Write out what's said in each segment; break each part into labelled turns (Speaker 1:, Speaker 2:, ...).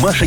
Speaker 1: Маша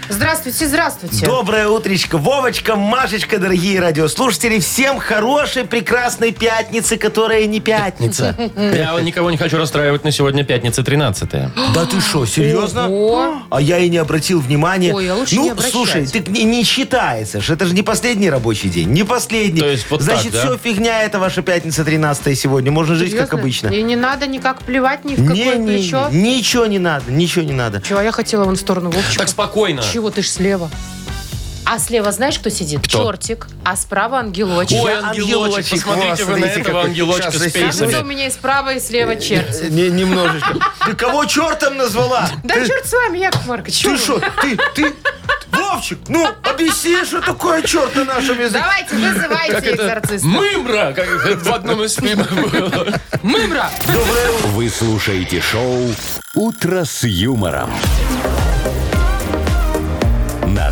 Speaker 2: Здравствуйте, здравствуйте.
Speaker 3: Доброе утречко, Вовочка, Машечка, дорогие радиослушатели. Всем хорошей, прекрасной пятницы, которая не пятница.
Speaker 4: Я вот никого не хочу расстраивать, но сегодня пятница 13
Speaker 3: Да ты что,
Speaker 2: Ого.
Speaker 3: серьезно? А я и не обратил внимания.
Speaker 2: Ой, а лучше не
Speaker 3: Ну,
Speaker 2: обращать.
Speaker 3: слушай, ты не, не считается ж. Это же не последний рабочий день. Не последний.
Speaker 4: То есть вот
Speaker 3: Значит,
Speaker 4: так, да?
Speaker 3: все, фигня, это ваша пятница 13 сегодня. Можно жить, как
Speaker 2: Серьезно?
Speaker 3: обычно.
Speaker 2: И не надо никак плевать ни в какое
Speaker 3: Не, не,
Speaker 2: плечо.
Speaker 3: не, ничего не надо, ничего не надо.
Speaker 2: Чего, я хотела вон в сторону Вовчика.
Speaker 4: Так спокойно.
Speaker 2: Чего ты ж слева? А слева знаешь, кто сидит?
Speaker 4: Кто?
Speaker 2: Чертик. А справа ангелочек.
Speaker 4: Ой,
Speaker 3: Я
Speaker 4: ангелочек,
Speaker 3: ангелочек,
Speaker 4: посмотрите
Speaker 3: вот,
Speaker 4: вы на
Speaker 3: смотрите,
Speaker 4: этого
Speaker 3: какой.
Speaker 4: ангелочка
Speaker 3: Щас,
Speaker 4: с
Speaker 3: щас,
Speaker 2: Кажется, у
Speaker 4: пейсами.
Speaker 2: меня и справа, и слева черт.
Speaker 3: Не- немножечко. Ты кого чертом назвала?
Speaker 2: Да
Speaker 3: Ты-
Speaker 2: черт с вами, Яков Маркович.
Speaker 3: Ты
Speaker 2: чего
Speaker 3: что,
Speaker 2: вы?
Speaker 3: ты, ты, Вовчик, ну, объясни, что такое черт на нашем языке.
Speaker 2: Давайте, вызывайте экзорциста.
Speaker 4: Мымра, как в одном из фильмов было. Мымра!
Speaker 1: Вы слушаете шоу «Утро с юмором». На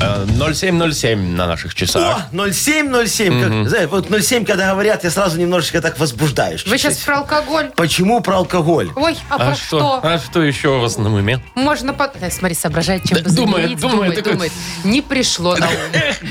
Speaker 4: Э, 0707 на наших часах.
Speaker 3: О, 0707. как- знаешь, вот 07, когда говорят, я сразу немножечко так возбуждаешь.
Speaker 2: Вы сейчас
Speaker 3: чуть-чуть.
Speaker 2: про алкоголь.
Speaker 3: Почему про алкоголь?
Speaker 2: Ой, а,
Speaker 4: А
Speaker 2: про
Speaker 4: что?
Speaker 2: что?
Speaker 4: А что еще у вас на уме?
Speaker 2: Можно по... Э, Смотри, соображает, чем
Speaker 4: Да,
Speaker 2: бы
Speaker 4: думает,
Speaker 2: заменить.
Speaker 4: думает, такой-
Speaker 2: Не пришло на ум.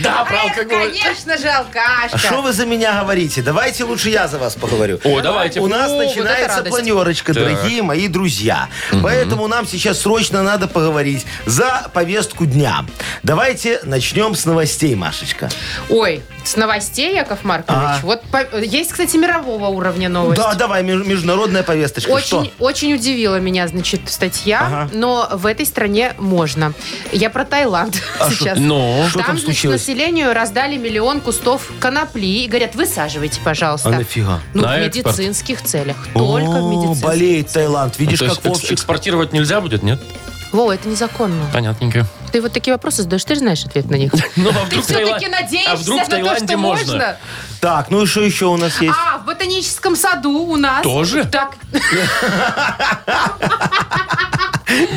Speaker 4: Да, про
Speaker 2: Эх,
Speaker 4: алкоголь.
Speaker 2: конечно же,
Speaker 3: А что
Speaker 2: алкашка.
Speaker 3: вы за меня говорите? Давайте лучше я за вас поговорю.
Speaker 4: О, давайте.
Speaker 3: У нас
Speaker 2: О, вот это
Speaker 3: начинается
Speaker 2: радость.
Speaker 3: планерочка,
Speaker 4: Так.
Speaker 3: дорогие мои друзья. Поэтому нам сейчас срочно надо поговорить за повестку дня. Давайте начнем с новостей, Машечка.
Speaker 2: Ой, с новостей, Яков Маркович.
Speaker 3: Ага.
Speaker 2: Вот по- есть, кстати, мирового уровня новость.
Speaker 3: Да, давай, меж- международная повесточка. Что?
Speaker 2: Очень, очень удивила меня, значит, статья,
Speaker 3: Ага.
Speaker 2: но в этой стране можно. Я про Таиланд сейчас.
Speaker 4: Ну?
Speaker 3: Что там
Speaker 2: там, значит,
Speaker 3: случилось?
Speaker 2: населению раздали миллион кустов конопли и говорят, высаживайте, пожалуйста.
Speaker 3: А нафига?
Speaker 2: Ну,
Speaker 4: На
Speaker 2: в
Speaker 4: экспорт.
Speaker 2: медицинских целях. Только в
Speaker 3: О,
Speaker 2: медицинских.
Speaker 3: болеет Таиланд. Видишь,
Speaker 4: Ну, То есть
Speaker 3: как
Speaker 4: экс-
Speaker 3: Вовчик.
Speaker 4: экспортировать нельзя будет, нет?
Speaker 2: Вова, это незаконно.
Speaker 4: Понятненько.
Speaker 2: Ты вот такие вопросы задаешь, ты же знаешь ответ на них.
Speaker 4: Ну, а
Speaker 2: Ты
Speaker 4: вдруг Таила-
Speaker 2: все-таки надеешься
Speaker 4: а вдруг в
Speaker 2: на то,
Speaker 4: Таиланде
Speaker 2: что
Speaker 4: можно?
Speaker 2: можно?
Speaker 3: Так, ну и что еще у нас есть?
Speaker 2: А, в ботаническом саду у нас...
Speaker 4: Тоже?
Speaker 2: Так,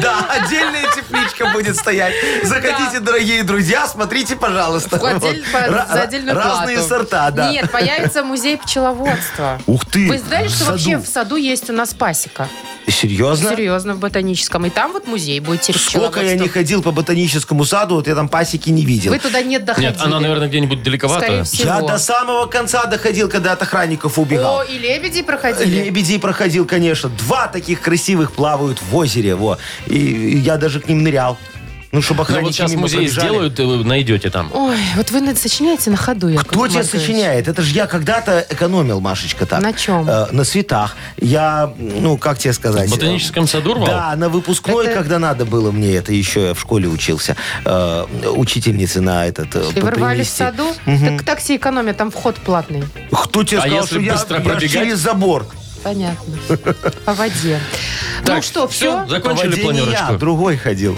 Speaker 3: Да, отдельная тепличка будет стоять. Заходите, дорогие друзья, смотрите, пожалуйста.
Speaker 2: в отдель- по-
Speaker 3: Ра-
Speaker 2: за отдельную
Speaker 3: Разные
Speaker 2: плату.
Speaker 3: сорта, да.
Speaker 2: Нет, появится музей пчеловодства.
Speaker 3: Ух ты!
Speaker 2: Вы знали,
Speaker 3: в
Speaker 2: что
Speaker 3: саду.
Speaker 2: вообще в саду есть у нас пасека?
Speaker 3: Серьезно?
Speaker 2: Серьезно, в ботаническом. И там вот музей будет теперь
Speaker 3: Сколько я не
Speaker 2: пчеловодства.
Speaker 3: ходил по ботаническому саду, вот я там пасеки не видел.
Speaker 2: Вы туда не доходили.
Speaker 4: Нет, она, наверное, где-нибудь
Speaker 2: Скорее
Speaker 4: далековато.
Speaker 2: всего.
Speaker 3: Я до самого конца доходил, когда от охранников убегал.
Speaker 2: О, и лебеди проходили.
Speaker 3: Лебедей проходил, конечно. Два таких красивых плавают в озере, во. И и я даже к ним нырял. Ну, чтобы
Speaker 4: Ну,
Speaker 3: охранники
Speaker 4: вот сейчас
Speaker 3: мимо
Speaker 4: музей
Speaker 3: пробежали.
Speaker 4: сделают, и вы найдете там.
Speaker 2: Ой, вот вы на- сочиняете на ходу, Яков
Speaker 3: Кто тебя
Speaker 2: Маркович.
Speaker 3: сочиняет? Это же я когда-то экономил, Машечка, так.
Speaker 2: На чем?
Speaker 3: Э, на цветах. Я, ну, как тебе сказать?
Speaker 4: В ботаническом саду рвал?
Speaker 3: Да, на выпускной,
Speaker 2: Это-
Speaker 3: когда надо было мне это, еще я в школе учился, э, учительницы на этот... э,
Speaker 2: И вырвали в
Speaker 3: принести.
Speaker 2: саду? Так такси экономят, там вход платный.
Speaker 3: Кто тебе
Speaker 4: А
Speaker 3: сказал,
Speaker 4: если
Speaker 3: что я,
Speaker 4: быстро
Speaker 3: я ж
Speaker 4: пробегать?
Speaker 3: через забор?
Speaker 2: Понятно. По воде. ну
Speaker 4: Так,
Speaker 2: что, все?
Speaker 3: По
Speaker 4: Закончили
Speaker 3: воде не я,
Speaker 4: планерочку.
Speaker 3: другой ходил.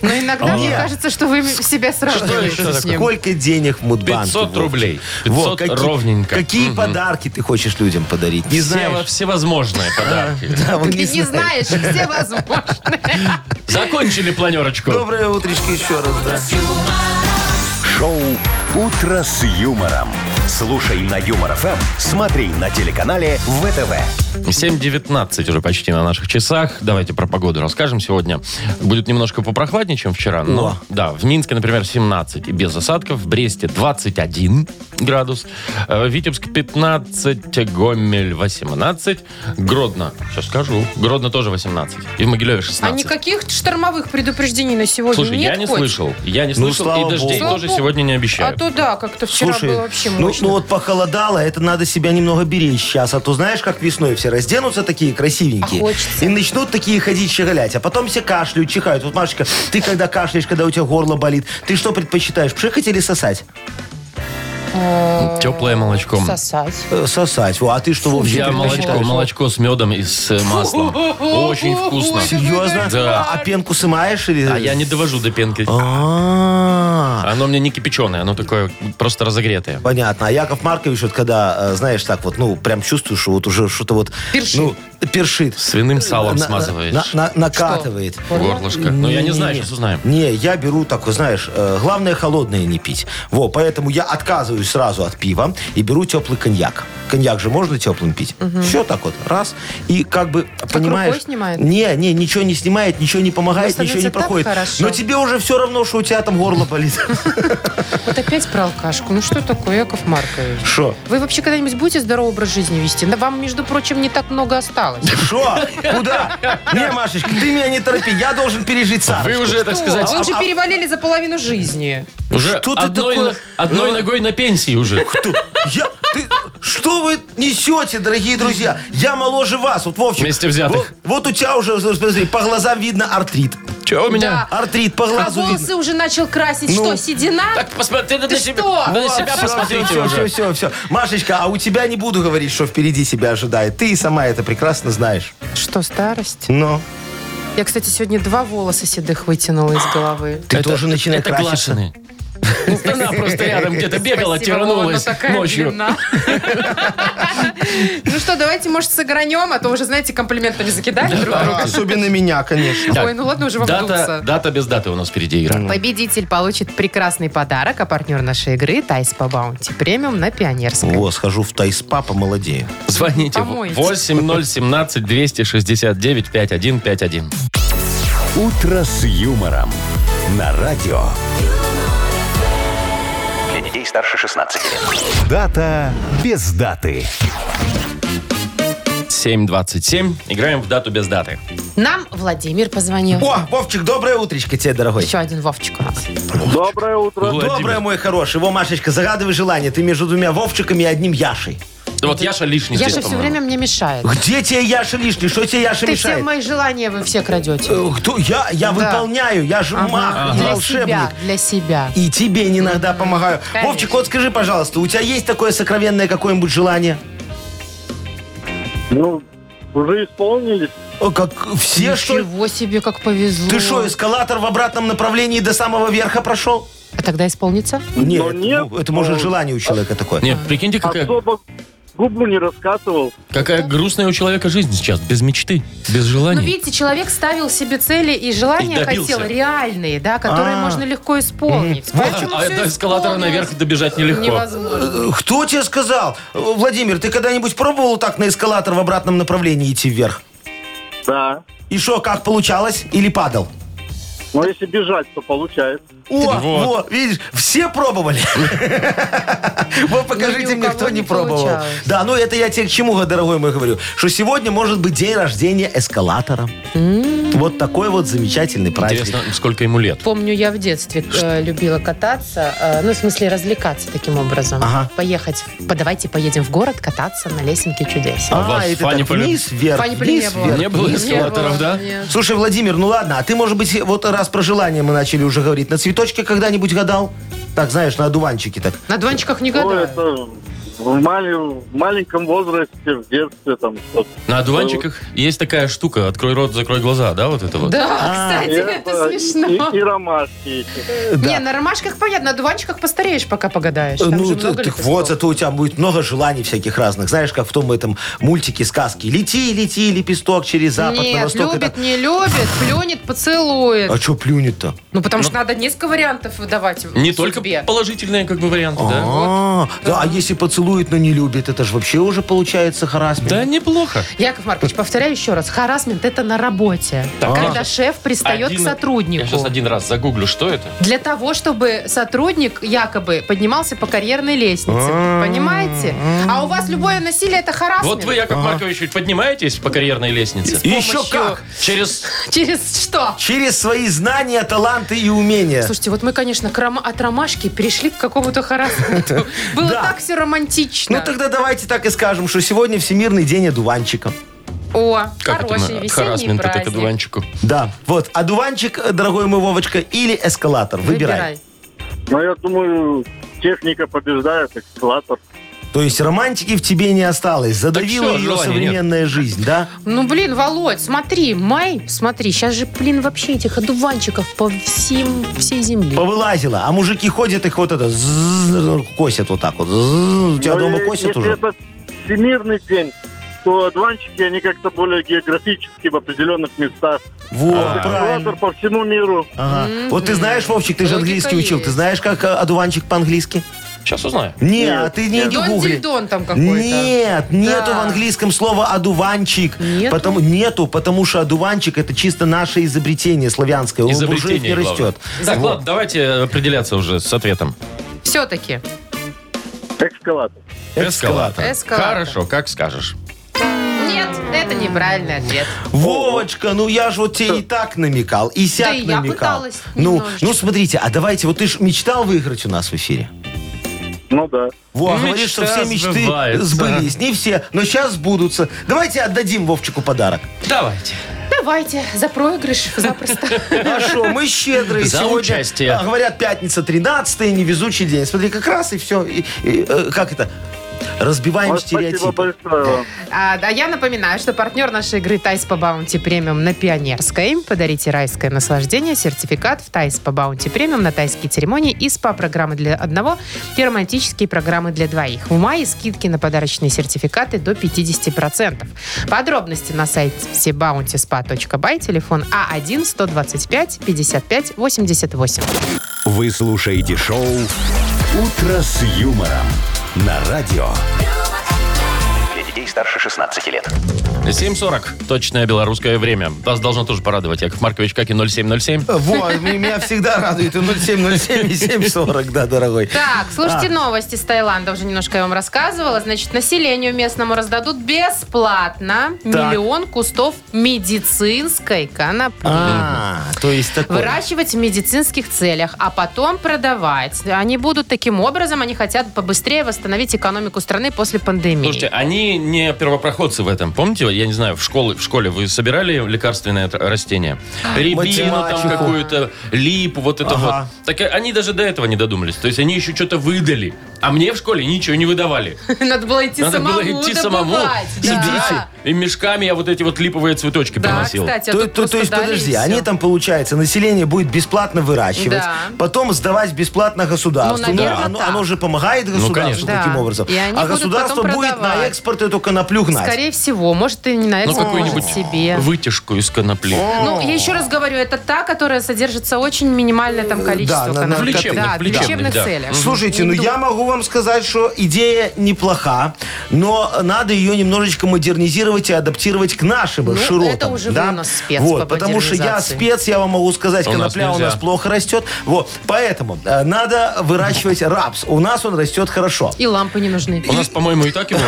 Speaker 2: Но иногда мне
Speaker 3: Нет.
Speaker 2: кажется, что вы себя
Speaker 4: еще
Speaker 2: сравниваете с ним.
Speaker 3: Сколько денег в Мудбанке?
Speaker 4: 500
Speaker 3: Вовчик?
Speaker 4: рублей.
Speaker 3: Во,
Speaker 4: 500 ровненько.
Speaker 3: Какие
Speaker 4: Мгм.
Speaker 3: подарки ты хочешь людям подарить? Не
Speaker 4: Все,
Speaker 3: знаешь.
Speaker 4: всевозможные подарки.
Speaker 3: Да, вы
Speaker 2: Ты не знаешь, все возможные.
Speaker 4: Закончили планерочку.
Speaker 3: Доброе утречко еще раз, да.
Speaker 1: Шоу «Утро с юмором». Слушай на Юмор ФМ, смотри на телеканале ВТВ.
Speaker 4: 7.19 уже почти на наших часах. Давайте про погоду расскажем сегодня. Будет немножко попрохладнее, чем вчера, но...
Speaker 3: О.
Speaker 4: Да, в Минске, например, 17 и без осадков. В Бресте 21 градус. Э, Витебск 15, Гомель 18. Гродно, сейчас скажу, Гродно тоже 18. И в Могилеве
Speaker 2: А
Speaker 4: 16.
Speaker 2: никаких штормовых предупреждений на сегодня
Speaker 4: Слушай,
Speaker 2: нет?
Speaker 4: я не
Speaker 2: хоть?
Speaker 4: слышал. Я не
Speaker 3: Ну,
Speaker 4: слышал,
Speaker 3: слава
Speaker 4: и дождей тоже
Speaker 2: богу. Слава богу.
Speaker 4: сегодня не
Speaker 2: А
Speaker 4: обещают.
Speaker 2: то да, как-то вчера
Speaker 3: Слушай,
Speaker 2: было вообще
Speaker 3: ну,
Speaker 2: мощно.
Speaker 3: ну вот похолодало, это надо себя немного беречь сейчас. А то знаешь, как весной все разденутся такие красивенькие.
Speaker 2: А хочется.
Speaker 3: И начнут такие ходить щеголять. А потом все кашляют, чихают. Вот, Машечка, ты когда кашляешь, когда у тебя горло болит, ты что предпочитаешь, пшикать или сосать?
Speaker 4: Теплое молочко.
Speaker 2: Сосать.
Speaker 3: Э, Сосать. Во, А ты что, вообще?
Speaker 4: Я молочко, молочко с медом и с э, маслом. Очень вкусно.
Speaker 3: Серьезно?
Speaker 4: Да.
Speaker 3: А пенку сымаешь или...
Speaker 4: А я не довожу до пенки.
Speaker 3: А,
Speaker 4: Оно мне не кипяченое, оно такое просто разогретое.
Speaker 3: Понятно. А Яков Маркович, вот когда, э, знаешь, так вот, ну, прям чувствуешь, что вот уже что-то вот...
Speaker 2: Першит.
Speaker 3: Ну, першит.
Speaker 4: Свиным салом
Speaker 3: На-
Speaker 4: смазываешь.
Speaker 3: на- на- накатывает.
Speaker 4: Горлышко. Ну, я не знаю,
Speaker 3: Не-не-не.
Speaker 4: сейчас узнаем.
Speaker 3: Не, я беру так, вот знаешь, э, главное холодное не пить. Во, поэтому я отказываюсь сразу от пива и беру теплый коньяк. Коньяк же можно теплым пить. Все так вот, раз. И как бы, понимаешь...
Speaker 2: рукой снимает?
Speaker 3: Не, не, ничего не снимает, ничего не помогает,
Speaker 2: Но
Speaker 3: ничего
Speaker 2: становится так
Speaker 3: не проходит.
Speaker 2: хорошо.
Speaker 3: Но тебе уже все равно, что у тебя там горло болит.
Speaker 2: Вот опять про алкашку. Ну что такое, Яков Маркович?
Speaker 3: Шо?
Speaker 2: Вы вообще когда-нибудь будете здоровый образ жизни вести? Да Вам, между прочим, не так много осталось.
Speaker 3: Шо? Куда? Не, Машечка, ты меня не торопи, я должен пережить сам.
Speaker 4: Вы уже, так сказать, а
Speaker 2: Вы уже перевалили за половину жизни.
Speaker 4: уже
Speaker 3: Что ты
Speaker 4: одной,
Speaker 3: такое?
Speaker 4: на- одной ногой на пенсии уже.
Speaker 3: Кто? Я? Ты- Что вы несете, дорогие друзья? Я моложе вас. Вот, Вовчик.
Speaker 4: Вместе взятых.
Speaker 3: Вот, вот у тебя уже, смотри, по глазам видно артрит.
Speaker 4: Че у меня?
Speaker 3: Артрит по
Speaker 2: А
Speaker 3: глазу
Speaker 2: волосы
Speaker 3: видно.
Speaker 2: уже начал красить.
Speaker 3: Ну.
Speaker 2: Что, седина?
Speaker 4: Так, посмотри, на
Speaker 2: Ты
Speaker 4: себя,
Speaker 2: что?
Speaker 4: вы на себя посмотрите
Speaker 3: все,
Speaker 4: уже.
Speaker 3: все, все, все. Машечка, а у тебя не буду говорить, что впереди тебя ожидает. Ты и сама это прекрасно знаешь.
Speaker 2: Что, старость?
Speaker 3: Но
Speaker 2: Я, кстати, сегодня два волоса седых вытянула из головы.
Speaker 3: ты тоже начинаешь
Speaker 4: Это
Speaker 3: краситься.
Speaker 4: глашеные. Она просто рядом где-то бегала,
Speaker 2: Спасибо, Вова,
Speaker 4: тиранулась
Speaker 2: но такая
Speaker 4: ночью.
Speaker 2: длина. Ну что, давайте, может, сыгранем, а то уже, знаете, комплиментами закидали друг
Speaker 3: А,
Speaker 2: друга.
Speaker 3: Особенно меня, конечно.
Speaker 4: Так,
Speaker 2: Ой, ну ладно, уже
Speaker 4: Дата,
Speaker 2: вовдулся.
Speaker 4: дата без даты у нас впереди игра.
Speaker 2: Победитель получит прекрасный подарок, а партнер нашей игры Тайс по Баунти Премиум на Пионерской.
Speaker 3: Во, схожу в тайспа, помолодею.
Speaker 4: Звоните
Speaker 2: Помоете.
Speaker 4: 8017-269-5151.
Speaker 1: «Утро с юмором» на радио.
Speaker 5: Для детей старше 16 лет.
Speaker 1: Дата без даты.
Speaker 4: 7.27. Играем в дату без даты.
Speaker 2: Нам Владимир позвонил.
Speaker 3: О, Вовчик, доброе утречко тебе, дорогой.
Speaker 2: Еще один Вовчик у нас.
Speaker 6: Доброе утро.
Speaker 4: Владимир.
Speaker 3: Доброе, мой хороший. Во, Машечка, загадывай желание. Ты между двумя Вовчиками и одним Яшей.
Speaker 4: Вот Яша лишний
Speaker 2: Я
Speaker 4: здесь,
Speaker 2: же все
Speaker 4: по-моему.
Speaker 2: время мне мешает.
Speaker 3: Где тебе Яша лишний? Что тебе Яша
Speaker 2: Ты все
Speaker 3: мешает?
Speaker 2: мои желания вы все крадете.
Speaker 3: Э, Кто? Я,
Speaker 2: Да.
Speaker 3: я выполняю, я же маг,
Speaker 2: Ага.
Speaker 3: я
Speaker 2: Для
Speaker 3: волшебник.
Speaker 2: себя, для себя.
Speaker 3: И тебе не иногда помогаю.
Speaker 2: Конечно.
Speaker 3: Вовчик, вот скажи, пожалуйста, у тебя есть такое сокровенное какое-нибудь желание?
Speaker 6: Ну, уже исполнились.
Speaker 3: О, Э, Как все, что ли?
Speaker 2: Ничего себе, как повезло.
Speaker 3: Ты что, эскалатор в обратном направлении до самого верха прошел?
Speaker 2: А тогда исполнится?
Speaker 6: Но
Speaker 3: это,
Speaker 6: нет.
Speaker 3: ну, это может желание у человека такое.
Speaker 4: Не, прикиньте, какая,
Speaker 6: Особо губу не раскатывал.
Speaker 4: какая грустная у человека жизнь сейчас. Без мечты, без
Speaker 2: Ну,
Speaker 4: желаний.
Speaker 2: видите, человек ставил себе цели и желания
Speaker 4: И добился.
Speaker 2: хотел реальные, да, которые
Speaker 3: А.
Speaker 2: можно легко исполнить. Поэтому
Speaker 4: а
Speaker 2: всё
Speaker 4: до эскалатора
Speaker 2: исполнилось.
Speaker 4: наверх добежать нелегко.
Speaker 2: Невозможно.
Speaker 3: Э, Кто тебе сказал? Э, Владимир, ты когда-нибудь пробовал так на эскалатор в обратном направлении идти вверх?
Speaker 6: Да.
Speaker 3: И что, как получалось? Или падал?
Speaker 6: Но если бежать, то получается.
Speaker 3: О,
Speaker 4: Вот.
Speaker 3: вот. видишь, все пробовали. Вот
Speaker 2: Ну,
Speaker 3: покажите
Speaker 2: ни у
Speaker 3: мне,
Speaker 2: кого
Speaker 3: кто не
Speaker 2: не
Speaker 3: пробовал.
Speaker 2: получалось.
Speaker 3: Да, ну это я тебе к чему, дорогой мой, говорю. Что сегодня может быть день рождения эскалатора. Вот такой вот замечательный праздник.
Speaker 4: Интересно, сколько ему лет.
Speaker 2: Помню, я в детстве э, любила кататься, э, ну, в смысле, развлекаться таким образом.
Speaker 3: Ага.
Speaker 2: Поехать, в- по- давайте поедем в город кататься на лесенке чудес.
Speaker 4: А у вас
Speaker 3: это
Speaker 4: Фанни
Speaker 3: так
Speaker 4: Поле-
Speaker 3: вниз, вверх,
Speaker 2: Фанни-поле
Speaker 3: вниз,
Speaker 2: не было.
Speaker 3: вверх.
Speaker 4: Не было эскалаторов, да?
Speaker 3: Слушай, Владимир, ну ладно, а ты, может быть, вот раз про желание мы начали уже говорить, на цветочке когда-нибудь гадал? Так, знаешь, на одуванчике так.
Speaker 2: На дуванчиках не
Speaker 6: Ну,
Speaker 2: гадаю.
Speaker 6: это в, мале- в маленьком возрасте, в детстве там что-то. Ну,
Speaker 4: На одуванчиках
Speaker 2: Ну.
Speaker 4: есть такая штука. Открой рот, закрой глаза, да, вот это вот?
Speaker 2: Да,
Speaker 3: А,
Speaker 2: кстати, это смешно.
Speaker 6: и, и ромашки. эти.
Speaker 3: Э, да.
Speaker 2: Не, на ромашках понятно, на дуванчиках постареешь, пока погадаешь.
Speaker 3: Э,
Speaker 2: Там
Speaker 3: Ну,
Speaker 2: же
Speaker 3: т-
Speaker 2: много
Speaker 3: так
Speaker 2: лепестков.
Speaker 3: вот, зато у тебя будет много желаний всяких разных. Знаешь, как в том этом мультике сказки. Лети, лети, лепесток через запад, на
Speaker 2: Нет,
Speaker 3: восток. и
Speaker 2: любит,
Speaker 3: так.
Speaker 2: не любит, плюнет, поцелует.
Speaker 3: А что плюнет-то?
Speaker 2: Ну, потому что надо несколько вариантов давать
Speaker 4: Не
Speaker 2: в
Speaker 4: только
Speaker 2: судьбе.
Speaker 4: положительные как бы варианты, да?
Speaker 3: А, да, а если поцелует, но не любит, это же вообще уже получается харасмент.
Speaker 4: Да неплохо.
Speaker 2: Яков Маркович, повторяю еще раз. Харасмент – это на работе.
Speaker 4: Так,
Speaker 2: когда
Speaker 4: Маша,
Speaker 2: шеф пристает
Speaker 4: Один-
Speaker 2: к сотруднику.
Speaker 4: Я сейчас один раз загуглю, что это.
Speaker 2: Для того, чтобы сотрудник якобы поднимался по карьерной лестнице. Понимаете? А у вас любое насилие – это харасмент.
Speaker 4: Вот вы, Яков Маркович, ведь поднимаетесь по карьерной лестнице.
Speaker 3: И Еще
Speaker 2: помощью-
Speaker 3: как!
Speaker 4: Через...
Speaker 2: Через что?
Speaker 3: Через свои знания, таланты и умения.
Speaker 2: Слушайте, вот мы, конечно, к рома- от ромашки перешли к какому-то харасменту. Было
Speaker 3: Да.
Speaker 2: так все
Speaker 3: ну
Speaker 2: романтично.
Speaker 3: тогда давайте так и скажем, что сегодня Всемирный день одуванчика.
Speaker 2: О,
Speaker 4: Как это
Speaker 2: хороший
Speaker 4: мы от
Speaker 2: весенний
Speaker 4: харасмента так
Speaker 2: праздник.
Speaker 4: одуванчику?
Speaker 3: Да, вот, одуванчик, э, дорогой мой Вовочка, или эскалатор. Выбирай.
Speaker 6: Ну, я думаю, техника побеждает, эскалатор.
Speaker 3: То есть романтики в тебе не осталось. Задавила
Speaker 4: всё,
Speaker 3: ее
Speaker 4: желания нет.
Speaker 3: современная жизнь, да?
Speaker 2: Ну, блин, Володь, смотри, май, смотри, сейчас же, блин, вообще этих одуванчиков по всем, всей земле.
Speaker 3: Повылазила. А мужики ходят, их вот это ззз, косят вот так вот. Ззз. У тебя
Speaker 6: Но
Speaker 3: дома
Speaker 6: Ну и-
Speaker 3: косят
Speaker 6: если
Speaker 3: уже?
Speaker 6: это всемирный день, то одуванчики, они как-то более географически в определенных местах.
Speaker 3: Вот,
Speaker 6: Эскалатор
Speaker 3: правильно.
Speaker 6: по всему миру.
Speaker 3: Ага. Вот ты знаешь, Вовчик, ты же
Speaker 2: Логика
Speaker 3: английский учил.
Speaker 2: есть.
Speaker 3: Ты знаешь, как э, одуванчик по-английски?
Speaker 4: Сейчас узнаю.
Speaker 3: Не, а ты не иди гугли.
Speaker 2: Дон там какой-то.
Speaker 3: Нет, нету
Speaker 2: Да.
Speaker 3: в английском слова одуванчик.
Speaker 2: Нету?
Speaker 3: Потому, нету, потому что одуванчик это чисто наше изобретение славянское. Он буржуев не
Speaker 4: Изобретение
Speaker 3: растет.
Speaker 4: главное. Так,
Speaker 3: Вот.
Speaker 4: ладно, давайте определяться уже с ответом.
Speaker 2: Все-таки.
Speaker 6: Эскалатор.
Speaker 3: Эскалатор.
Speaker 2: Эскалатор.
Speaker 4: Хорошо, как скажешь.
Speaker 2: Нет, это неправильный ответ.
Speaker 3: Вовочка, ну я же вот тебе и так намекал, и сяк
Speaker 2: и я
Speaker 3: намекал.
Speaker 2: пыталась
Speaker 3: ну,
Speaker 2: немножечко.
Speaker 3: ну смотрите, а давайте, вот ты ж мечтал выиграть у нас в эфире.
Speaker 6: Ну да.
Speaker 3: Во,
Speaker 4: Мечта
Speaker 3: говоришь, что все мечты
Speaker 4: сбывается.
Speaker 3: сбылись. Не все, но сейчас сбудутся. Давайте отдадим Вовчику подарок.
Speaker 4: Давайте.
Speaker 2: Давайте, за проигрыш запросто.
Speaker 3: А что, мы щедрые
Speaker 4: За
Speaker 3: сегодня.
Speaker 4: участие.
Speaker 3: А, говорят, пятница 13 невезучий день. Смотри, как раз и все. И- и, э, как это? Разбиваем
Speaker 6: Вот спасибо
Speaker 3: стереотипы.
Speaker 6: большое вам.
Speaker 2: А, да, я напоминаю, что партнер нашей игры «Тайс по баунти премиум» на Пионерской. Подарите райское наслаждение, сертификат в «Тайс по баунти премиум» на тайские церемонии и СПА-программы для одного и романтические программы для двоих. В мае скидки на подарочные сертификаты до 50%. Подробности на сайте bountyspa.by, телефон А А1-125-55-88.
Speaker 1: Вы слушаете шоу «Утро с юмором» на радио.
Speaker 5: Для детей старше 16 лет.
Speaker 4: 7.40. Точное белорусское время. Вас должно тоже порадовать. Яков Маркович, как и 0707.
Speaker 3: Во, м- меня всегда радует. И 0707 и 740, да, дорогой.
Speaker 2: Так,
Speaker 3: А.
Speaker 2: слушайте новости из Таиланда. Уже немножко я вам рассказывала. Значит, населению местному раздадут бесплатно
Speaker 3: Так.
Speaker 2: миллион кустов медицинской конопли.
Speaker 3: А, то есть такое.
Speaker 2: Выращивать в медицинских целях, а потом продавать. Они будут таким образом, они хотят побыстрее восстановить экономику страны после пандемии.
Speaker 4: Слушайте, они не первопроходцы в этом. Помните, я не знаю, в, школе, в школе вы собирали лекарственное т- растение?
Speaker 2: А,
Speaker 4: Рябину там
Speaker 3: Математику.
Speaker 4: какую-то, липу, вот это
Speaker 3: Ага.
Speaker 4: вот. Так они даже до этого не додумались. То есть они еще что-то выдали. А мне в школе ничего не выдавали.
Speaker 2: Надо было идти
Speaker 4: Надо
Speaker 2: самому
Speaker 4: было идти самому.
Speaker 2: добывать,
Speaker 4: И
Speaker 2: да.
Speaker 4: брать. И мешками я вот эти вот липовые цветочки
Speaker 2: Да,
Speaker 4: приносил.
Speaker 2: кстати, а
Speaker 3: То,
Speaker 2: тут
Speaker 3: то- то
Speaker 2: просто
Speaker 3: есть,
Speaker 2: дали и
Speaker 3: подожди,
Speaker 2: всё.
Speaker 3: они там, получается, население будет бесплатно выращивать,
Speaker 2: Да.
Speaker 3: потом сдавать бесплатно государству.
Speaker 2: Ну, наверное,
Speaker 3: оно,
Speaker 2: так.
Speaker 3: оно же помогает
Speaker 4: Ну, конечно.
Speaker 3: государству таким
Speaker 2: Да.
Speaker 3: образом.
Speaker 2: И они
Speaker 3: а
Speaker 2: будут
Speaker 3: государство
Speaker 2: потом
Speaker 3: будет на
Speaker 2: продавать.
Speaker 3: экспорт эту коноплю гнать.
Speaker 2: Скорее всего, может, и не на
Speaker 4: Ну,
Speaker 2: экспорт,
Speaker 4: какую-нибудь
Speaker 2: может, себе.
Speaker 4: вытяжку из конопли.
Speaker 2: Ну, я еще раз говорю, это та, которая содержится очень минимальное там количество
Speaker 3: Э, да, на-
Speaker 2: каналов.
Speaker 3: на- в лечебных,
Speaker 2: да,
Speaker 4: в лечебных,
Speaker 2: лечебных
Speaker 4: да.
Speaker 2: целях.
Speaker 3: Слушайте,
Speaker 2: Не
Speaker 3: ну
Speaker 2: ду-
Speaker 3: я могу вам сказать, что идея неплоха, но надо ее немножечко модернизировать и адаптировать к нашим
Speaker 2: Ну,
Speaker 3: широтам.
Speaker 2: это уже вы
Speaker 3: да?
Speaker 2: у нас спец по
Speaker 3: вот, Потому что я
Speaker 2: модернизации.
Speaker 3: спец, я вам могу сказать,
Speaker 4: У нас
Speaker 3: конопля у нас
Speaker 4: нельзя.
Speaker 3: плохо растет. Вот, поэтому э, надо выращивать рапс. У нас он растет хорошо.
Speaker 2: И лампы не нужны.
Speaker 4: У нас, по-моему, и так его.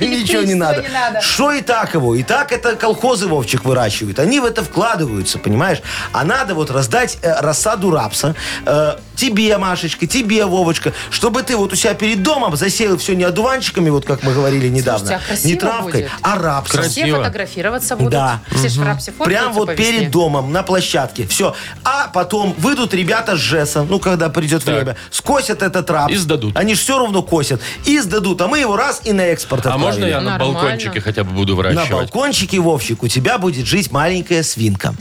Speaker 3: Ничего не надо.
Speaker 2: не надо.
Speaker 3: Что и так его? И так это колхозы Вовчик выращивают. Они в это вкладываются, понимаешь? А надо вот раздать э, рассаду рапса э, тебе, Машечка, тебе, Вовочка, чтобы ты вот у себя перед домом засеял все не одуванчиками, вот как мы говорили недавно,
Speaker 2: Слушайте, а красиво
Speaker 3: не травкой,
Speaker 2: будет?
Speaker 3: а рапсом.
Speaker 4: Красиво.
Speaker 2: Все фотографироваться будут.
Speaker 3: Да.
Speaker 2: Все ж в рапсе фоткаются
Speaker 3: Прям вот
Speaker 2: по весне.
Speaker 3: перед домом, на площадке. Все. А потом выйдут ребята с ЖЭСа, ну, когда придет время, скосят этот рапс.
Speaker 4: И сдадут.
Speaker 3: Они же все равно косят. И сдадут, а мы его раз и на экспорт
Speaker 4: А можно
Speaker 3: отправили.
Speaker 4: я на
Speaker 2: Нормально.
Speaker 4: балкончике хотя бы буду
Speaker 3: На
Speaker 4: выращивать?
Speaker 3: балкончике, Вовчик, у тебя будет жить маленькая свинка.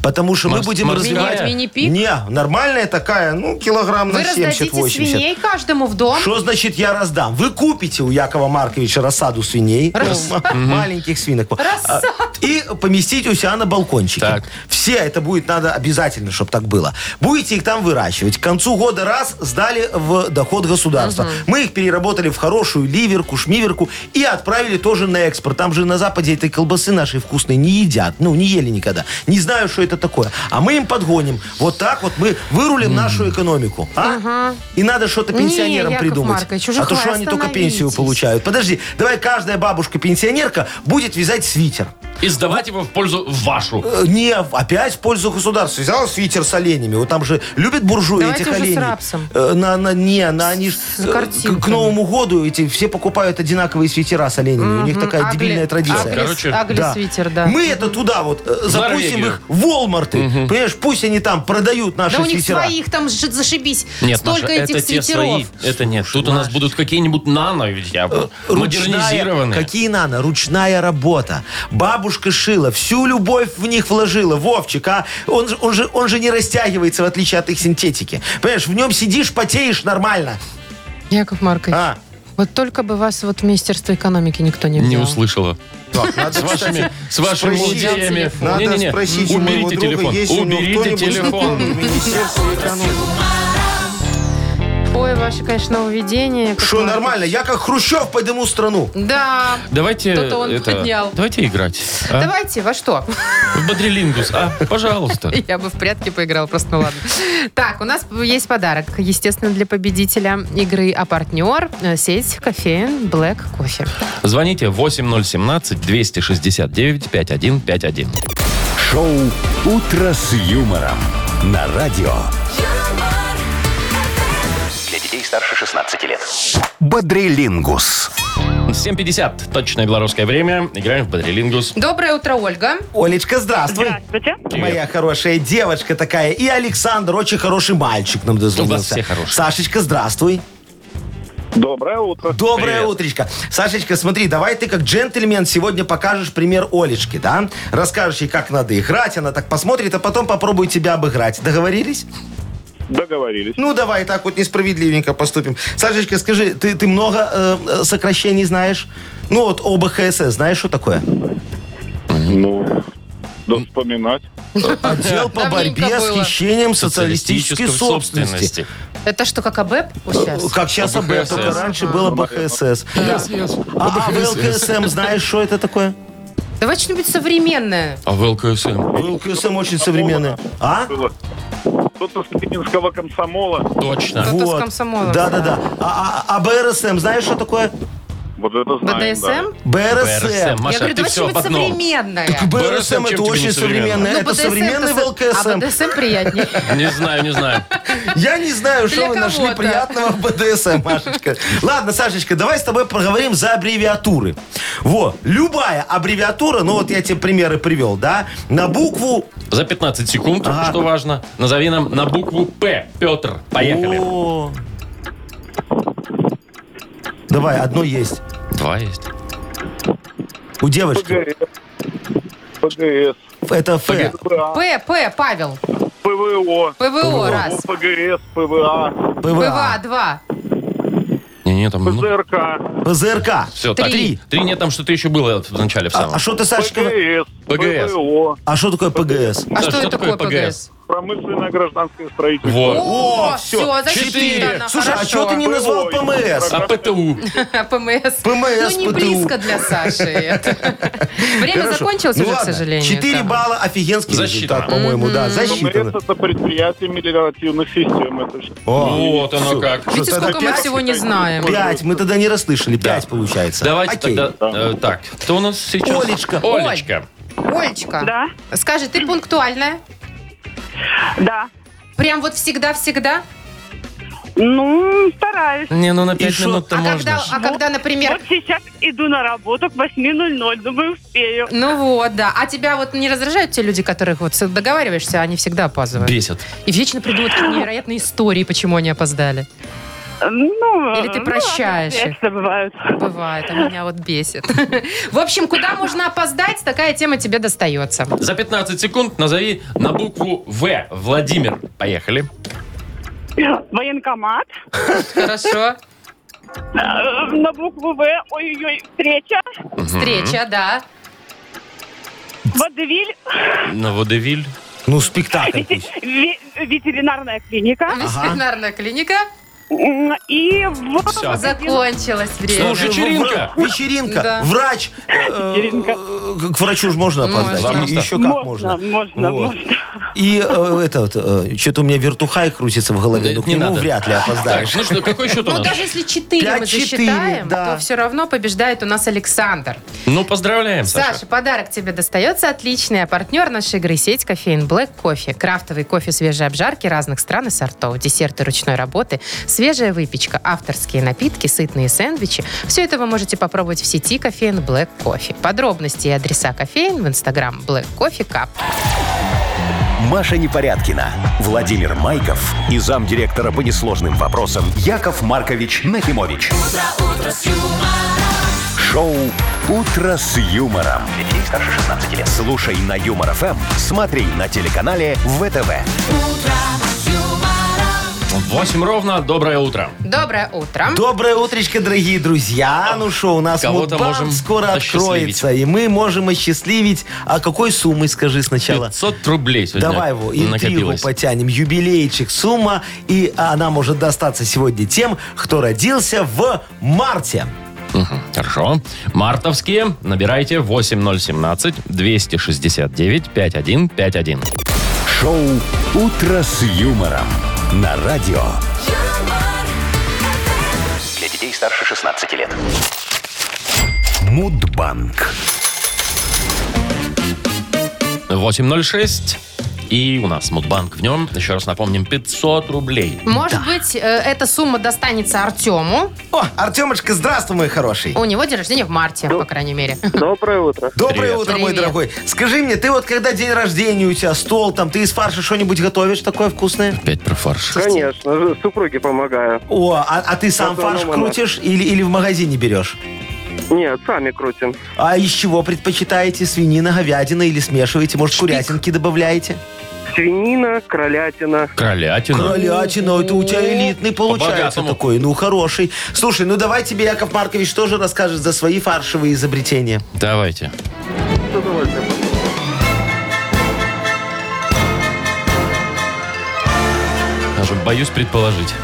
Speaker 3: Потому что мы
Speaker 4: Морс-
Speaker 3: будем
Speaker 4: морская?
Speaker 3: развивать...
Speaker 2: Мини-пик?
Speaker 3: Не, нормальная такая, ну, килограмм
Speaker 2: Вы
Speaker 3: на
Speaker 2: раздадите
Speaker 3: 70-80.
Speaker 2: свиней каждому в дом.
Speaker 3: Что значит я раздам? Вы купите у Якова Марковича рассаду свиней,
Speaker 2: Рас-
Speaker 3: м- маленьких свинок, А,
Speaker 2: Рассаду.
Speaker 3: и поместите у себя на балкончике.
Speaker 4: Так.
Speaker 3: Все, это будет надо обязательно, чтобы так было. Будете их там выращивать. К концу года раз сдали в доход государства. Мы их переработали в хорошую ливерку, шмиверку и отправили тоже на экспорт. Там же на Западе этой колбасы нашей вкусной не едят, ну не ели никогда. Не знаю, что это такое. А мы им подгоним. Вот так вот мы вырулим нашу экономику. А? И надо что-то
Speaker 2: Не,
Speaker 3: пенсионерам
Speaker 2: Яков
Speaker 3: придумать.
Speaker 2: Маркович, уже
Speaker 3: а то что
Speaker 2: хватит,
Speaker 3: они только пенсию
Speaker 2: остановитесь.
Speaker 3: получают. Подожди, давай каждая бабушка-пенсионерка будет вязать свитер.
Speaker 4: И сдавать его в пользу вашу.
Speaker 3: Э, Не, опять в пользу государства. Взял свитер с оленями. Вот там же любят буржуи
Speaker 2: Давайте
Speaker 3: этих
Speaker 2: уже с
Speaker 3: оленей.
Speaker 2: рапсом.
Speaker 3: Э, На, на, не, на, они ж,
Speaker 2: С
Speaker 3: э,
Speaker 2: картинками.
Speaker 3: к, к Новому году эти все покупают одинаковые свитера с оленями. У них такая
Speaker 2: Агли-
Speaker 3: дебильная традиция.
Speaker 2: Агли,
Speaker 4: Короче,
Speaker 2: агли
Speaker 3: Да.
Speaker 2: свитер, да.
Speaker 3: Мы это туда вот э, запустим
Speaker 4: Норвегию.
Speaker 3: их в Волмарты. Понимаешь, пусть они там продают наши
Speaker 2: Да у них
Speaker 3: свитера.
Speaker 2: своих там ж- зашибись.
Speaker 4: Нет,
Speaker 2: Столько
Speaker 4: Маша,
Speaker 2: этих
Speaker 4: это те
Speaker 2: свитеров.
Speaker 4: свои. Это нет. Тут у нас будут какие-нибудь нано, ведь я
Speaker 7: Э,
Speaker 4: бы,
Speaker 3: Ручная,
Speaker 4: модернизированные.
Speaker 3: какие нано? Ручная работа. Бабушка шила, всю любовь в них вложила. Вовчик, а? Он, же- он, же, он же не растягивается, в отличие от их синтетики. Понимаешь, в нем сидишь, потеешь нормально.
Speaker 2: Яков Маркович,
Speaker 3: А,
Speaker 2: вот только бы вас вот в Министерство экономики никто не взял.
Speaker 4: Не услышала.
Speaker 7: Так, надо,
Speaker 4: С вашими,
Speaker 7: кстати,
Speaker 4: с вашими
Speaker 7: спросить-
Speaker 4: идеями.
Speaker 7: Надо
Speaker 4: Не-не-не.
Speaker 7: спросить у моего
Speaker 4: Уберите
Speaker 7: друга,
Speaker 4: телефон.
Speaker 7: есть у него
Speaker 4: Уберите
Speaker 7: кто-нибудь
Speaker 4: телефон.
Speaker 7: Министерство экономики.
Speaker 2: Ой, ваше, конечно, нововведение. Яков
Speaker 3: что
Speaker 2: Маркович.
Speaker 3: нормально? Я как Хрущев подниму страну.
Speaker 2: Да.
Speaker 4: Давайте,
Speaker 2: Кто-то он
Speaker 4: это,
Speaker 2: поднял.
Speaker 4: давайте играть. а?
Speaker 2: Давайте, во что?
Speaker 4: В Бодрилингус, а? Пожалуйста.
Speaker 2: Я бы в прятки поиграла, просто ну ладно. Так, у нас есть подарок, естественно, для победителя игры, а партнер э, сеть кофеин Black Кофе.
Speaker 4: Звоните 8017-269-5151.
Speaker 1: Шоу «Утро с юмором» на радио
Speaker 8: юмор,
Speaker 5: Для детей старше 16 лет.
Speaker 1: «Бодрилингус».
Speaker 4: 7.50, точное белорусское время. Играем в Бодрилингус.
Speaker 2: Доброе утро, Ольга.
Speaker 3: Олечка, здравствуй.
Speaker 9: Здравствуйте.
Speaker 3: Моя хорошая девочка такая. И Александр, очень хороший мальчик нам дозвонился.
Speaker 4: У вас все хорошие.
Speaker 3: Сашечка, здравствуй.
Speaker 6: Доброе утро.
Speaker 3: Доброе
Speaker 4: Привет.
Speaker 3: утречко. Сашечка, смотри, давай ты как джентльмен сегодня покажешь пример Олечки, да? Расскажешь ей, как надо играть, она так посмотрит, а потом попробует тебя обыграть. Договорились?
Speaker 6: Договорились.
Speaker 3: Ну, давай так вот несправедливенько поступим. Сашечка, скажи, ты, ты много э, э, сокращений знаешь? Ну, вот ОБХСС, знаешь, что такое?
Speaker 6: Ну, да вспоминать.
Speaker 3: Отдел по
Speaker 2: Давненько
Speaker 3: борьбе с
Speaker 2: было.
Speaker 3: хищением социалистической собственности.
Speaker 2: Это что, как АБЭП сейчас?
Speaker 3: Как сейчас об
Speaker 4: ОБХСС.
Speaker 3: только раньше было БХСС. Да. А, а ВЛКСМ знаешь, что это такое?
Speaker 2: Давай что-нибудь современное.
Speaker 4: А в ЛКСМ?
Speaker 3: ВЛКСМ очень современное. А?
Speaker 6: Было. Кто-то с Пекинского комсомола.
Speaker 4: Точно.
Speaker 2: Кто-то с комсомолом.
Speaker 3: Да, да, да. А, а- а БРСМ, знаешь, что такое?
Speaker 6: Вот это знаем,
Speaker 2: БДСМ?
Speaker 3: БРСМ.
Speaker 4: Маша,
Speaker 2: Я говорю,
Speaker 4: ты
Speaker 2: давай
Speaker 4: все об
Speaker 2: что-нибудь
Speaker 4: одном.
Speaker 2: современное. Ну,
Speaker 3: БРСМ
Speaker 4: чем
Speaker 3: это
Speaker 4: тебе не
Speaker 3: очень
Speaker 4: современно?
Speaker 3: современное. Это
Speaker 2: БДСМ
Speaker 3: современный
Speaker 2: со- А
Speaker 3: ВЛКСМ.
Speaker 2: БДСМ приятнее.
Speaker 4: Не знаю, не знаю.
Speaker 3: Я не знаю, что
Speaker 2: Для
Speaker 3: вы нашли
Speaker 2: кого-то.
Speaker 3: приятного в БДСМ, Машечка. Ладно, Сашечка, давай с тобой поговорим за аббревиатуры. Во, любая аббревиатура, ну вот я тебе примеры привел, да, на букву
Speaker 4: За 15 секунд,
Speaker 3: Ага.
Speaker 4: что важно, назови нам на букву П. Петр, поехали.
Speaker 3: О. Давай, одно есть.
Speaker 4: Два есть.
Speaker 3: У девочки.
Speaker 6: да. ПГС,
Speaker 3: Это Ф.
Speaker 6: ПГС,
Speaker 2: П, П, Павел.
Speaker 6: ПВО, Ну,
Speaker 2: ПВО, раз.
Speaker 6: ПГС, ПВА,
Speaker 2: ПВА,
Speaker 3: ПВА.
Speaker 2: два.
Speaker 4: Не-не, там... Ну,
Speaker 6: ПЗРК,
Speaker 3: ПЗРК.
Speaker 4: все,
Speaker 2: А. Три.
Speaker 4: так. Три. Три нет, там что-то еще было в начале в
Speaker 3: А
Speaker 4: самом.
Speaker 3: а что ты, Сашечка?
Speaker 6: ПГС,
Speaker 4: ПГС.
Speaker 6: ПВО,
Speaker 3: А что такое ПГС?
Speaker 2: А
Speaker 4: Да,
Speaker 2: что это такое ПГС?
Speaker 6: промышленное гражданское строительство.
Speaker 4: Вот.
Speaker 3: О,
Speaker 2: все,
Speaker 3: всё,
Speaker 2: засчитано.
Speaker 3: Слушай, а
Speaker 2: Ну, хорошо.
Speaker 3: что ты не назвал
Speaker 6: Ой,
Speaker 3: ПМС?
Speaker 4: А ПТУ?
Speaker 2: ПМС.
Speaker 3: ПМС,
Speaker 2: Ну, не
Speaker 3: ПТУ.
Speaker 2: близко для Саши. это. Время закончилось
Speaker 3: Ну
Speaker 2: уже, к сожалению.
Speaker 3: 4
Speaker 2: там.
Speaker 3: балла, офигенский
Speaker 4: Засчитано.
Speaker 3: результат, по-моему, да, засчитано.
Speaker 6: ПМС это предприятие мелиоративных систем. Это ж-
Speaker 3: А,
Speaker 4: Вот оно как.
Speaker 2: Видите,
Speaker 3: Что-то
Speaker 2: сколько мы
Speaker 3: опять?
Speaker 2: всего не знаем.
Speaker 3: 5, мы тогда не расслышали, 5 получается.
Speaker 4: Давайте
Speaker 3: Окей.
Speaker 4: тогда... э, так, кто у нас сейчас?
Speaker 3: Олечка.
Speaker 4: Олечка.
Speaker 2: Олечка,
Speaker 9: Да,
Speaker 2: скажи, ты пунктуальная?
Speaker 9: да.
Speaker 2: Прям вот всегда-всегда?
Speaker 9: Ну, стараюсь.
Speaker 4: Не, ну на
Speaker 3: пять
Speaker 4: пять
Speaker 3: минут
Speaker 4: минут
Speaker 2: А когда,
Speaker 4: можно.
Speaker 2: а когда, например...
Speaker 9: Вот сейчас иду на работу к 8.00, думаю, успею.
Speaker 2: Ну вот, да. А тебя вот не раздражают те люди, которых вот договариваешься, а они всегда опаздывают?
Speaker 4: Бесит.
Speaker 2: И вечно придумывают какие невероятные истории, почему они опоздали.
Speaker 9: Ну,
Speaker 2: Или ты
Speaker 9: ну,
Speaker 2: прощаешь их?
Speaker 9: обстоятельства бывают.
Speaker 2: Бывает, а меня вот бесит. В общем, куда можно опоздать, такая тема тебе достается.
Speaker 4: За 15 секунд назови на букву В. Владимир. Поехали.
Speaker 9: Военкомат.
Speaker 2: Хорошо.
Speaker 9: Э, На букву В. Ой-ой-ой. Встреча.
Speaker 2: Встреча, да.
Speaker 9: Водевиль.
Speaker 4: На водевиль.
Speaker 3: Ну, спектакль пусть.
Speaker 9: Ветеринарная клиника.
Speaker 2: Ветеринарная клиника.
Speaker 9: М, И в...
Speaker 4: Всё.
Speaker 2: Закончилось время.
Speaker 4: Слушай, Ну, вечеринка.
Speaker 3: Вра- Э, Вечеринка.
Speaker 2: Да.
Speaker 3: Врач. э, э,
Speaker 9: Вечеринка.
Speaker 3: э, К врачу же можно опоздать.
Speaker 4: Можно.
Speaker 3: И Еще как можно.
Speaker 9: Можно, можно,
Speaker 3: Вот.
Speaker 9: можно.
Speaker 3: И э, это вот, что-то у меня вертухай крутится в голове, ну к
Speaker 4: Не
Speaker 3: нему
Speaker 4: надо.
Speaker 3: вряд ли
Speaker 4: Так,
Speaker 3: опоздаешь.
Speaker 4: ну что, какой счет у
Speaker 2: Ну,
Speaker 4: нас?
Speaker 2: даже если 4 мы
Speaker 3: 5-4,
Speaker 2: засчитаем,
Speaker 3: да.
Speaker 2: то все равно побеждает у нас Александр.
Speaker 4: Ну, поздравляем,
Speaker 2: Саша,
Speaker 4: Саша.
Speaker 2: подарок тебе достается отличный. А партнер нашей игры сеть кофеин Black Кофе. Крафтовый кофе свежей обжарки разных стран и сортов, десерты ручной работы, свежая выпечка, авторские напитки, сытные сэндвичи. Все это вы можете попробовать в сети кофеин Black Кофе. Подробности и адреса кофеин в инстаграм Black Кофе Cup.
Speaker 1: Маша Непорядкина, Владимир Майков и замдиректора по несложным вопросам Яков Маркович Нахимович. Шоу «Утро с юмором». Детей старше 16 лет. Слушай на Юмор ФМ, смотри на телеканале ВТВ.
Speaker 4: 8 ровно. Доброе утро.
Speaker 2: Доброе утро.
Speaker 3: Доброе утречко, дорогие друзья. Ну что, у нас
Speaker 4: Кого-то
Speaker 3: Мудбанк
Speaker 4: можем
Speaker 3: скоро
Speaker 4: осчастливить.
Speaker 3: откроется, и мы можем осчастливить. А какой суммой, скажи сначала?
Speaker 4: 500 рублей сегодня
Speaker 3: Давай его, интригу
Speaker 4: накопилось.
Speaker 3: потянем. Юбилейчик, сумма. И она может достаться сегодня тем, кто родился в марте.
Speaker 4: Хорошо. Мартовские набирайте 8017-269-5151.
Speaker 1: Шоу «Утро с юмором» на радио.
Speaker 5: Для детей старше 16 лет.
Speaker 1: Мудбанк.
Speaker 4: 806. И у нас Мудбанк в нем. Еще раз напомним, 500 рублей.
Speaker 2: Может быть, э, эта сумма достанется Артему.
Speaker 3: О, Артемочка, здравствуй, мой хороший.
Speaker 2: У него день рождения в марте, по крайней мере.
Speaker 6: Доброе утро.
Speaker 3: Доброе
Speaker 4: Привет.
Speaker 3: утро, мой
Speaker 2: Привет.
Speaker 3: дорогой. Скажи мне, ты вот когда день рождения у тебя, стол там, ты из фарша что-нибудь готовишь такое вкусное?
Speaker 4: Опять про фарш.
Speaker 6: Конечно, же, супруге помогаю.
Speaker 3: О, а, а ты сам
Speaker 6: Это
Speaker 3: фарш
Speaker 6: нормально.
Speaker 3: крутишь или, или в магазине берешь?
Speaker 6: Нет, сами крутим.
Speaker 3: А из чего предпочитаете? Свинина, говядина или смешиваете? Может, курятинки добавляете?
Speaker 6: Свинина, кролятина.
Speaker 4: Кролятина.
Speaker 3: Кролятина, это у тебя элитный получается
Speaker 4: По-богатому.
Speaker 3: такой, ну хороший. Слушай, ну давай тебе Яков Маркович тоже расскажет за свои фаршевые изобретения.
Speaker 4: Давайте. Даже боюсь предположить.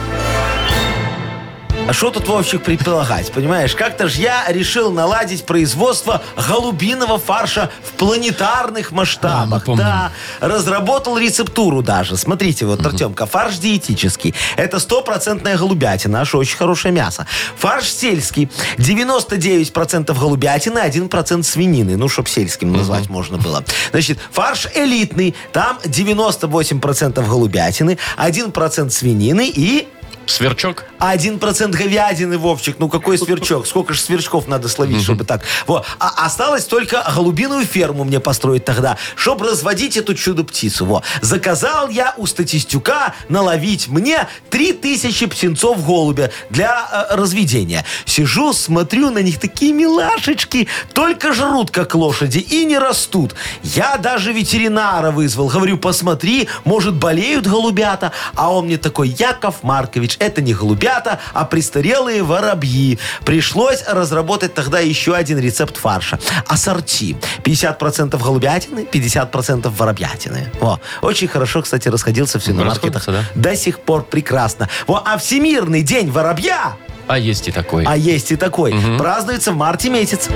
Speaker 3: А что тут Вовчик предполагать, понимаешь? Как-то ж я решил наладить производство голубиного фарша в планетарных
Speaker 4: А, мы
Speaker 3: масштабах.
Speaker 4: помним.
Speaker 3: да, разработал рецептуру даже. Смотрите, вот, Артемка, фарш диетический. Это стопроцентная голубятина, аж очень хорошее мясо. Фарш сельский. 99% голубятины, 1% свинины. Ну, чтоб сельским назвать можно было. Значит, фарш элитный. Там 98% голубятины, 1% свинины и
Speaker 4: Сверчок.
Speaker 3: А один процент говядины, Вовчик. Ну какой сверчок? Сколько же сверчков надо словить, чтобы так? Во. А осталось только голубиную ферму мне построить тогда, чтобы разводить эту чудо-птицу. Во. Заказал я у статистюка наловить мне 3000 птенцов голубя для э, разведения. Сижу, смотрю на них, такие милашечки, только жрут, как лошади, и не растут. Я даже ветеринара вызвал. Говорю, посмотри, может, болеют голубята? А он мне такой, Яков Маркович, это не голубята, а престарелые воробьи. Пришлось разработать тогда еще один рецепт фарша. Ассорти. 50% голубятины, 50% воробьятины. О, очень хорошо, кстати, расходился в синомаркетах.
Speaker 4: Расходится,
Speaker 3: До сих пор прекрасно. Во, а Всемирный день воробья
Speaker 4: А есть и такой.
Speaker 3: а есть и такой. Празднуется в марте месяц.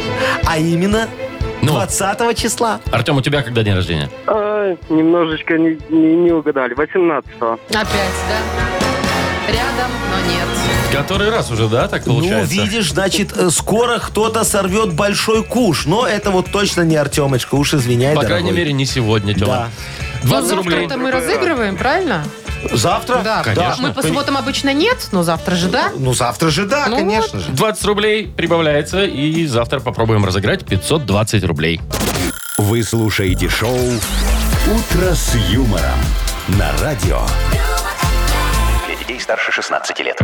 Speaker 3: А именно
Speaker 4: Ну.
Speaker 3: 20 числа.
Speaker 4: Артем, у тебя когда день рождения?
Speaker 6: А, немножечко не, не- не угадали. 18-го.
Speaker 2: Опять, да? Рядом, но нет.
Speaker 4: Который раз уже, да, так получается?
Speaker 3: Ну, видишь, значит, э, скоро кто-то сорвет большой куш. Но это вот точно не Артемочка, уж извиняй,
Speaker 4: По
Speaker 3: дорогой.
Speaker 4: крайней мере, не сегодня, Тёма.
Speaker 3: Да.
Speaker 4: 20
Speaker 2: Ну,
Speaker 4: рублей.
Speaker 2: завтра-то мы разыгрываем, правильно?
Speaker 3: Завтра?
Speaker 2: Да.
Speaker 4: конечно.
Speaker 2: Мы по субботам обычно нет, но завтра же да.
Speaker 3: Ну, завтра же, да,
Speaker 2: Ну
Speaker 3: конечно же.
Speaker 4: 20 рублей прибавляется, и завтра попробуем разыграть 520 рублей.
Speaker 1: Вы слушаете шоу «Утро с юмором» на радио.
Speaker 5: Для детей старше 16 лет.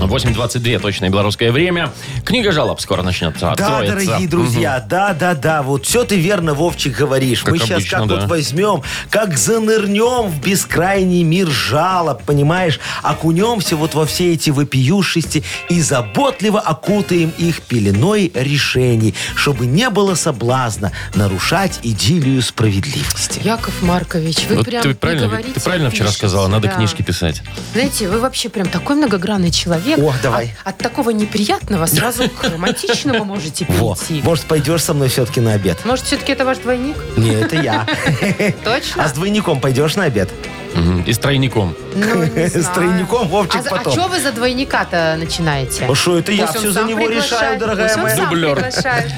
Speaker 4: 8.22, точное белорусское время. Книга жалоб скоро начнется.
Speaker 3: Да,
Speaker 4: откроется.
Speaker 3: дорогие друзья, да, да, да, вот все ты верно, Вовчик, говоришь.
Speaker 4: Как
Speaker 3: Мы сейчас
Speaker 4: обычно,
Speaker 3: как
Speaker 4: да.
Speaker 3: вот возьмем, как занырнем в бескрайний мир жалоб, понимаешь, окунемся вот во все эти вопиюшисти и заботливо окутаем их пеленой решений, чтобы не было соблазна нарушать идиллию справедливости.
Speaker 2: Яков Маркович, вы
Speaker 4: Вот
Speaker 2: прям
Speaker 4: Ну, ты
Speaker 2: не
Speaker 4: правильно,
Speaker 2: говорите,
Speaker 4: ты правильно
Speaker 2: а
Speaker 4: вчера
Speaker 2: пишете.
Speaker 4: сказала, надо
Speaker 2: Да.
Speaker 4: книжки писать.
Speaker 2: Знаете, вы вообще прям такой многогранный человек. А
Speaker 3: О, давай.
Speaker 2: От, от такого неприятного сразу к романтичному можете
Speaker 3: Во,
Speaker 2: перейти.
Speaker 3: может, пойдешь со мной все-таки на обед?
Speaker 2: Может, все-таки это ваш двойник?
Speaker 3: Не, это я. А
Speaker 2: Точно?
Speaker 3: с двойником пойдешь на обед?
Speaker 4: Мгм. И с тройником.
Speaker 2: Ну, не
Speaker 3: С
Speaker 2: знаю.
Speaker 3: тройником,
Speaker 2: А,
Speaker 3: Вовчик,
Speaker 2: за- а
Speaker 3: потом.
Speaker 2: что вы за двойника-то начинаете?
Speaker 3: О, что, это я
Speaker 2: Пусть он
Speaker 3: все за
Speaker 2: сам
Speaker 3: него
Speaker 2: приглашает,
Speaker 3: решаю,
Speaker 2: пусть
Speaker 3: дорогая
Speaker 2: он
Speaker 3: моя.
Speaker 2: сам
Speaker 4: Дублер.
Speaker 2: приглашает.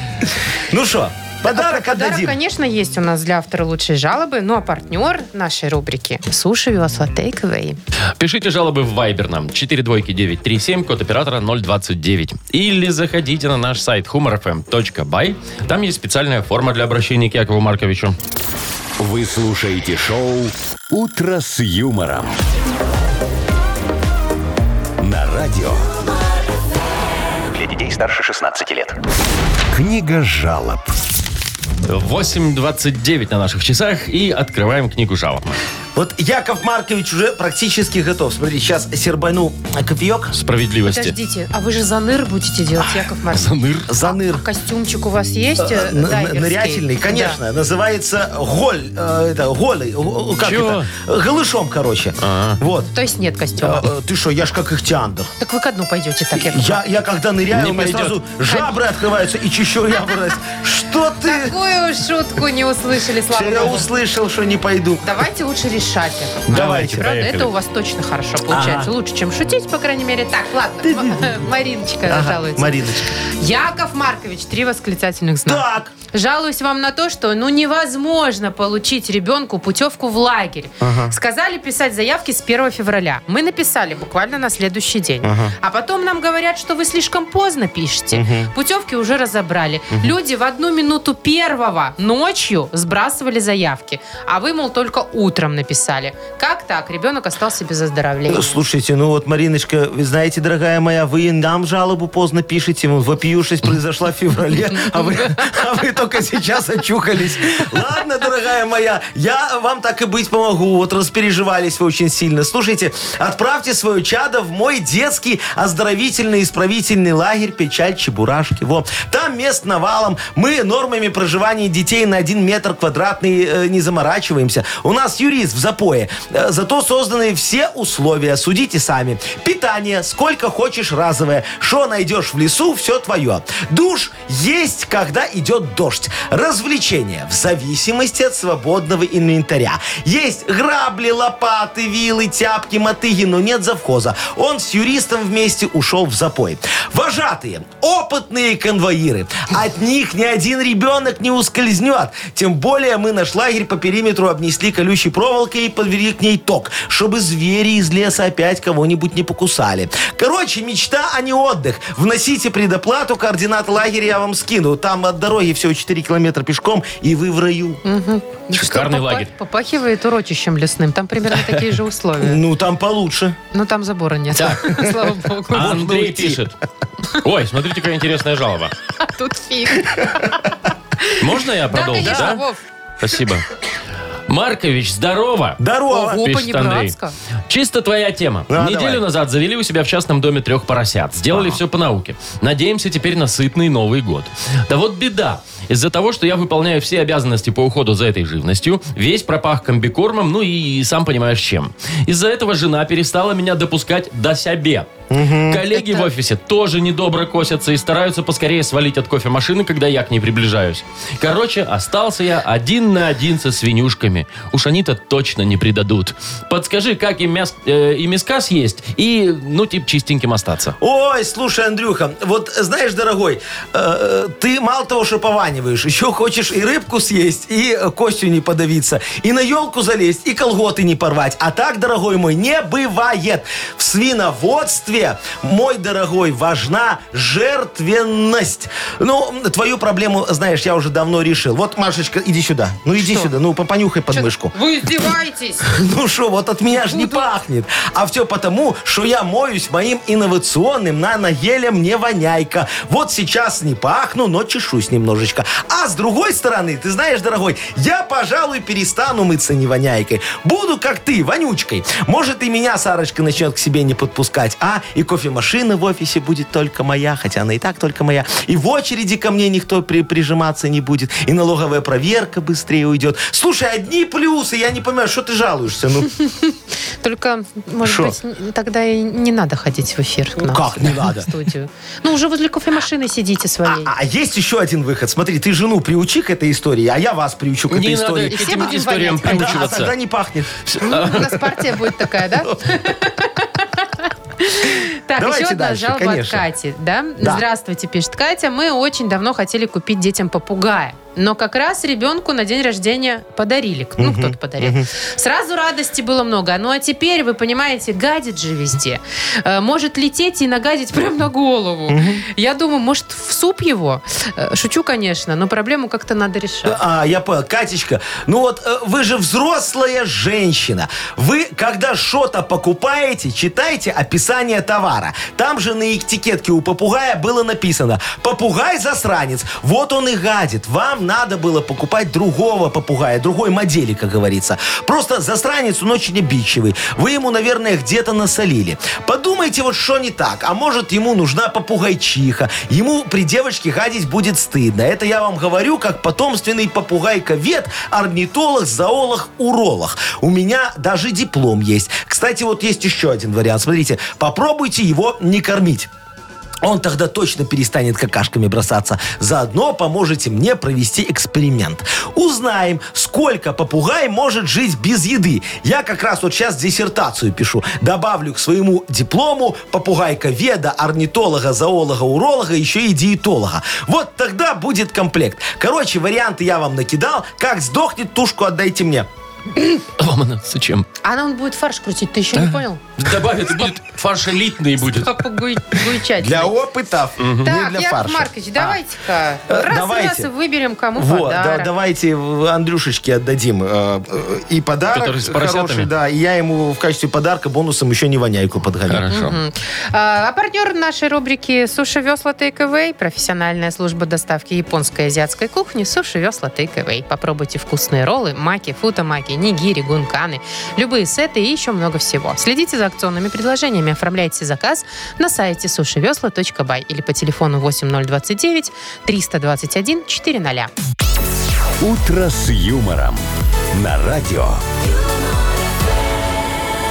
Speaker 3: Ну что, подарок
Speaker 2: а Подарок,
Speaker 3: отдадим?
Speaker 2: конечно, есть у нас для автора лучшей жалобы, ну а партнер нашей рубрики «Суши Весла Takeaway».
Speaker 4: Пишите жалобы в Viber нам 42937, код оператора 029. Или заходите на наш сайт humorfm.by. Там есть специальная форма для обращения к Якову Марковичу.
Speaker 1: Вы слушаете шоу «Утро с юмором». На радио
Speaker 5: Для детей старше 16 лет.
Speaker 1: «Книга жалоб».
Speaker 4: 8.29 на наших часах и открываем книгу жалоб.
Speaker 3: Вот Яков Маркович уже практически готов. Смотри, сейчас сербану кофеек.
Speaker 4: Справедливости.
Speaker 2: Подождите, а вы же заныр будете делать, Яков Маркович? А
Speaker 4: Заныр.
Speaker 3: Заныр.
Speaker 2: Костюмчик у вас есть? э,
Speaker 3: Н- н-
Speaker 2: дайверский?
Speaker 3: Нырятельный, конечно. Называется голь. э, это, голый. г- Как
Speaker 4: Чего? А.
Speaker 3: это? Э, Голышом, короче. Вот.
Speaker 2: Да. То есть нет костюма.
Speaker 3: Э, э, Ты что, я ж как ихтиандр.
Speaker 2: Так вы к дну пойдете так, Яков
Speaker 3: Я, я когда ныряю,
Speaker 4: Не
Speaker 3: у меня
Speaker 4: пойдет.
Speaker 3: сразу жабры открываются и чищу рябры. Что ты?
Speaker 2: Какую шутку не услышали, слава
Speaker 3: Я
Speaker 2: богу.
Speaker 3: услышал, что не пойду.
Speaker 2: Давайте лучше решать это.
Speaker 3: Давайте.
Speaker 2: Правда,
Speaker 4: поехали.
Speaker 2: это у вас точно хорошо получается. Лучше, чем шутить, по крайней мере. Так, ладно. М- Мариночка
Speaker 3: Ага,
Speaker 2: жалуется.
Speaker 3: Мариночка.
Speaker 2: Яков Маркович, три восклицательных знака.
Speaker 3: Так.
Speaker 2: Жалуюсь вам на то, что ну невозможно получить ребенку путевку в лагерь. Сказали писать заявки с 1 февраля. Мы написали буквально на следующий день. А потом нам говорят, что вы слишком поздно пишете. Путевки уже разобрали. Люди в одну минуту первого ночью сбрасывали заявки. А вы, мол, только утром написали. Как так? Ребенок остался без оздоровления.
Speaker 3: Слушайте, ну вот, Мариночка, вы знаете, дорогая моя, вы и нам жалобу поздно пишете. Вон, вопиюшесть произошла в феврале, а вы, а вы только сейчас очухались. Ладно, дорогая моя, я вам так и быть помогу. Вот распереживались вы очень сильно. Слушайте, отправьте свое чадо в мой детский оздоровительный исправительный лагерь «Печаль Чебурашки». Вот. Там мест навалом. Мы нормами проживания детей на 1 метр квадратный э, не заморачиваемся. У нас юрист в запое. Э, Зато созданы все условия. Судите сами. Питание, сколько хочешь разовое. Что найдешь в лесу, все твое. Душ есть, когда идет дождь. Развлечения в зависимости от свободного инвентаря. Есть грабли, лопаты, вилы, тяпки, мотыги, но нет завхоза. Он с юристом вместе ушел в запой. Вожатые, опытные конвоиры. От них ни один ребенок не ускользнет. Тем более мы наш лагерь по периметру обнесли колючей проволокой и подвели к ней ток, чтобы звери из леса опять кого-нибудь не покусали. Короче, мечта, а не отдых. Вносите предоплату, координаты лагеря я вам скину. Там от дороги всего 4 километра пешком, и вы в раю.
Speaker 4: Шикарный
Speaker 2: Что, попа-
Speaker 4: лагерь.
Speaker 2: Попахивает урочищем лесным. Там примерно такие же условия.
Speaker 3: Ну, там получше.
Speaker 2: Но там забора нет. Слава богу.
Speaker 4: А Андрей
Speaker 3: уйти.
Speaker 4: пишет. Ой, смотрите, какая интересная жалоба.
Speaker 2: А тут фиг.
Speaker 4: Можно я
Speaker 2: Да,
Speaker 4: продолжу?
Speaker 2: конечно,
Speaker 4: да?
Speaker 2: Вов.
Speaker 4: Спасибо. Маркович, здорово.
Speaker 3: Здорово!
Speaker 2: Ого,
Speaker 4: Пишет Андрей.
Speaker 2: понебратско.
Speaker 4: Чисто твоя тема.
Speaker 3: Да,
Speaker 4: Неделю
Speaker 3: давай.
Speaker 4: назад завели у себя в частном доме трех поросят. Сделали все по науке. Надеемся теперь на сытный Новый год. Да вот беда. Из-за того, что я выполняю все обязанности по уходу за этой живностью, весь пропах комбикормом, ну и сам понимаешь чем. Из-за этого жена перестала меня допускать до себе. Коллеги в офисе тоже недобро косятся и стараются поскорее свалить от кофемашины, когда я к ней приближаюсь. Короче, остался я один на один со свинюшками. Уж они-то точно не предадут. Подскажи, как им, мяс... э, и мяска съесть и, ну, типа, чистеньким остаться.
Speaker 3: Ой, слушай, Андрюха, вот знаешь, дорогой, э, ты мало того, что пованиваешь, еще хочешь и рыбку съесть, и э, костью не подавиться, и на елку залезть, и колготы не порвать. А так, дорогой мой, не бывает. В свиноводстве, мой дорогой, важна жертвенность. Ну, твою проблему, знаешь, я уже давно решил. Вот, Машечка, иди сюда. Ну, иди сюда, ну, по- понюхай подмышку.
Speaker 2: Вы издеваетесь.
Speaker 3: Ну что, вот от меня ж не пахнет. А все потому, что я моюсь моим инновационным наногелем не воняйка. Вот сейчас не пахну, но чешусь немножечко. А с другой стороны, ты знаешь, дорогой, я, пожалуй, перестану мыться не воняйкой. Буду, как ты, вонючкой. Может, и меня Сарочка начнет к себе не подпускать. А, и кофемашина в офисе будет только моя, хотя она и так только моя. И в очереди ко мне никто при- прижиматься не будет. И налоговая проверка быстрее уйдет. Слушай, одни плюсы, я не понимаю, что ты жалуешься? Ну,
Speaker 2: Только, может
Speaker 3: Шо? Ну
Speaker 2: быть, н- тогда и не надо ходить в эфир к нам.
Speaker 3: как не
Speaker 2: В
Speaker 3: надо?
Speaker 2: студию. Ну, уже возле кофемашины сидите
Speaker 3: А,
Speaker 2: своей.
Speaker 3: а есть еще один выход. Смотри, ты жену приучи к этой истории, а я вас приучу к этой
Speaker 4: Не надо
Speaker 3: истории.
Speaker 2: И
Speaker 4: к
Speaker 2: все
Speaker 4: этим
Speaker 2: будем
Speaker 4: историям
Speaker 2: вонять.
Speaker 3: Да, а тогда
Speaker 4: приучиваться.
Speaker 3: не пахнет.
Speaker 2: У нас партия будет такая, да? Так,
Speaker 3: Давайте
Speaker 2: еще одна
Speaker 3: дальше,
Speaker 2: жалоба от
Speaker 3: конечно.
Speaker 2: Кати. Да?
Speaker 3: Да.
Speaker 2: Здравствуйте, пишет Катя. Мы очень давно хотели купить детям попугая. но как раз ребенку на день рождения подарили. Ну, кто-то подарил. Сразу радости было много. Ну, а теперь, вы понимаете, гадит же везде. Э, Может лететь и нагадить прям на голову. Я думаю, может, в суп его? Э, Шучу, конечно, но проблему как-то надо решать.
Speaker 3: А, я понял. Катечка, ну вот э, вы же взрослая женщина. Вы, когда что-то покупаете, читайте описание товара. Там же на этикетке у попугая было написано «Попугай засранец». Вот он и гадит. Вам надо было покупать другого попугая, другой модели, как говорится. Просто засранец, он очень обидчивый. Вы ему, наверное, где-то насолили. Подумайте, вот что не так. А может, ему нужна попугайчиха. Ему при девочке гадить будет стыдно. Это я вам говорю, как потомственный попугай-ковед, орнитолог, зоолог, уролог. У меня даже диплом есть. Кстати, вот есть еще один вариант. Смотрите, попробуйте его не кормить. Он тогда точно перестанет какашками бросаться. Заодно поможете мне провести эксперимент. Узнаем, сколько попугай может жить без еды. Я как раз вот сейчас диссертацию пишу. Добавлю к своему диплому попугайка-веда, орнитолога, зоолога, уролога, еще и диетолога. Вот тогда будет комплект. Короче, варианты я вам накидал. Как сдохнет, тушку отдайте мне.
Speaker 4: Вам она зачем?
Speaker 2: А он будет фарш крутить, ты еще не понял?
Speaker 4: Добавит, и будет фарш элитный будет.
Speaker 2: Попугуйчать.
Speaker 3: Для опытов, не
Speaker 2: Так,
Speaker 3: для
Speaker 2: Яков
Speaker 3: фарша.
Speaker 2: Маркович,
Speaker 3: А.
Speaker 2: давайте-ка.
Speaker 3: Э,
Speaker 2: Раз
Speaker 3: давайте.
Speaker 2: раз выберем, кому
Speaker 3: Вот, да-
Speaker 2: Ну, подарок.
Speaker 3: давайте в- Андрюшечке отдадим э, э, и подарок
Speaker 4: Который с поросятами?
Speaker 3: хороший, да, и я ему в качестве подарка бонусом еще не воняйку подгоню.
Speaker 4: Хорошо.
Speaker 2: А а партнер нашей рубрики «Суши весла Тейковей» – профессиональная служба доставки японской и азиатской кухни «Суши весла Тейковей». Попробуйте вкусные роллы, маки, футамаки, нигири, гунканы, любые сеты и еще много всего. Следите за акционными предложениями, оформляйте заказ на сайте сушивесла.бай или по телефону 8029 321 400.
Speaker 1: «Утро с юмором» на радио.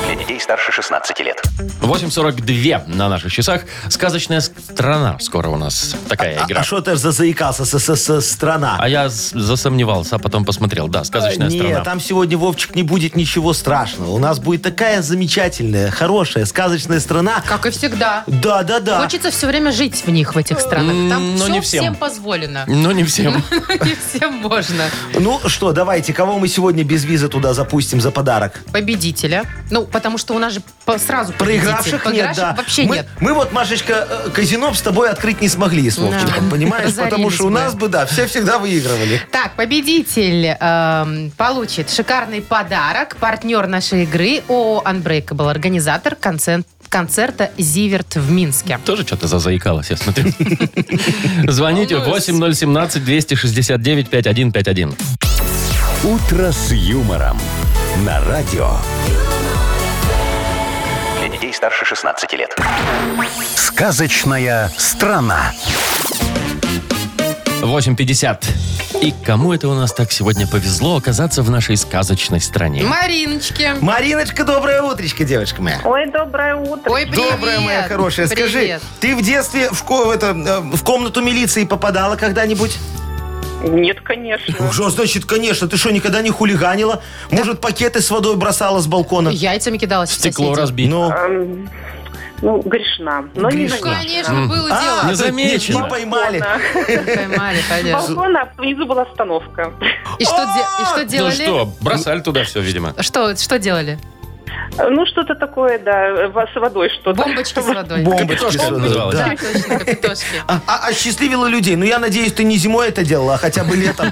Speaker 5: Для детей старше 16 лет.
Speaker 4: 8.42 на наших часах. Сказочная страна скоро у нас. Такая
Speaker 3: А
Speaker 4: игра.
Speaker 3: что ты ж зазаикался со, со- со- страна? Э,
Speaker 4: А я с- засомневался, а потом посмотрел. Да,
Speaker 2: Э,
Speaker 4: сказочная
Speaker 3: Нет,
Speaker 4: страна.
Speaker 3: там сегодня, Вовчик, не будет ничего страшного. У нас будет такая замечательная, хорошая, сказочная страна.
Speaker 2: Как и всегда.
Speaker 3: Да, да, да.
Speaker 2: Хочется все время жить в них, в этих странах. Там
Speaker 4: М, но
Speaker 2: всё
Speaker 4: не всем.
Speaker 2: всем позволено.
Speaker 4: Ну, не всем.
Speaker 2: Не всем можно.
Speaker 3: Ну что, давайте, кого мы сегодня без визы туда запустим за подарок?
Speaker 2: победителя. Ну, потому что у нас же по- сразу победитель.
Speaker 3: Проигравших нет, да.
Speaker 2: Вообще
Speaker 3: мы,
Speaker 2: нет.
Speaker 3: Мы вот, Машечка, э, казино с тобой открыть не смогли, с Вовчиком,
Speaker 2: Да.
Speaker 3: понимаешь? Потому
Speaker 2: Разорились
Speaker 3: что у
Speaker 2: мы.
Speaker 3: нас бы, да, все всегда выигрывали.
Speaker 2: Так, победитель эм, получит шикарный подарок. Партнер нашей игры ООО «Unbreakable», организатор концерт- концерта «Зиверт» в Минске.
Speaker 4: Тоже что-то зазаикалась, я смотрю. Звоните
Speaker 2: Волнуюсь.
Speaker 4: 8017-269-5151.
Speaker 1: «Утро с юмором» на радио.
Speaker 5: Для детей старше 16 лет.
Speaker 1: «Сказочная страна».
Speaker 4: 8.50. И кому это у нас так сегодня повезло оказаться в нашей сказочной стране?
Speaker 2: Мариночки.
Speaker 3: Мариночка, доброе утречко, девочка моя.
Speaker 9: Ой, доброе утро.
Speaker 2: Ой, привет.
Speaker 3: Добрая моя хорошая, скажи,
Speaker 2: Привет.
Speaker 3: ты в детстве в, ко- в это, э, в комнату милиции попадала когда-нибудь?
Speaker 9: Нет, конечно.
Speaker 3: Что значит, конечно, ты что, никогда не хулиганила? Может, пакеты с водой бросала с балкона?
Speaker 2: Яйцами кидалась в
Speaker 4: Стекло
Speaker 2: соседей.
Speaker 4: разбить.
Speaker 3: Ну,
Speaker 9: Эм, Ну, грешна. Но не
Speaker 3: Грешна.
Speaker 9: замечена.
Speaker 2: Конечно, было
Speaker 3: а,
Speaker 2: дело.
Speaker 3: не
Speaker 4: Незамечено.
Speaker 3: поймали.
Speaker 9: Балкона.
Speaker 2: Поймали, конечно.
Speaker 9: Балкона, э, а внизу была остановка.
Speaker 2: И что, де- и что
Speaker 4: Ну
Speaker 2: делали?
Speaker 4: что, бросали туда все, видимо.
Speaker 2: Что, что делали?
Speaker 9: Ну, что-то такое, да, во- с водой что-то.
Speaker 2: Бомбочки с водой.
Speaker 3: Бомбочки.
Speaker 4: Капитошка
Speaker 3: с водой,
Speaker 4: называлась.
Speaker 3: да.
Speaker 2: Да, точно, капитошки.
Speaker 3: А, а- осчастливила людей. Ну, я надеюсь, ты не зимой это делала, а хотя бы летом.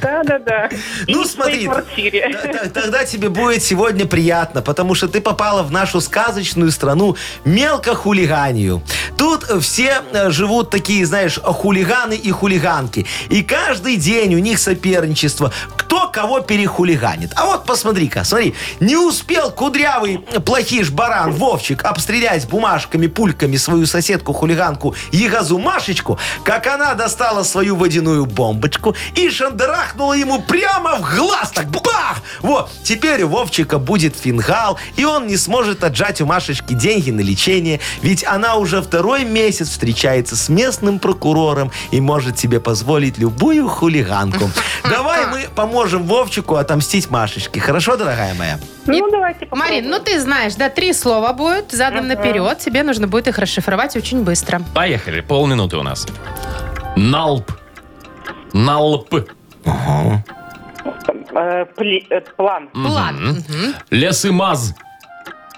Speaker 9: Да, да, да. И
Speaker 3: Ну,
Speaker 9: в
Speaker 3: смотри,
Speaker 9: своей
Speaker 3: т-
Speaker 9: квартире.
Speaker 3: т- Тогда тебе будет сегодня приятно, потому что ты попала в нашу сказочную страну мелкохулиганию. Тут все э, живут такие, знаешь, хулиганы и хулиганки. И каждый день у них соперничество. Кто кого перехулиганит. А вот посмотри-ка, смотри, не успел кудрявый э, плохиш баран Вовчик обстрелять бумажками, пульками свою соседку-хулиганку Егазу Машечку, как она достала свою водяную бомбочку и шандарахнула ему прямо в глаз. Так бах! Вот, теперь у Вовчика будет фингал, и он не сможет отжать у Машечки деньги на лечение, ведь она уже второй месяц встречается с местным прокурором и может себе позволить любую хулиганку. Давай мы поможем Вовчику отомстить Машечке. Хорошо, дорогая моя?
Speaker 9: Ну, давайте попробуем.
Speaker 2: Марин, ну ты знаешь, да, три слова будет задом наперед. Тебе нужно будет их расшифровать очень быстро.
Speaker 4: Поехали, полминуты у нас. Налп. Налп.
Speaker 9: Э, пли- э, план.
Speaker 2: План. Мгм.
Speaker 4: Лесымаз.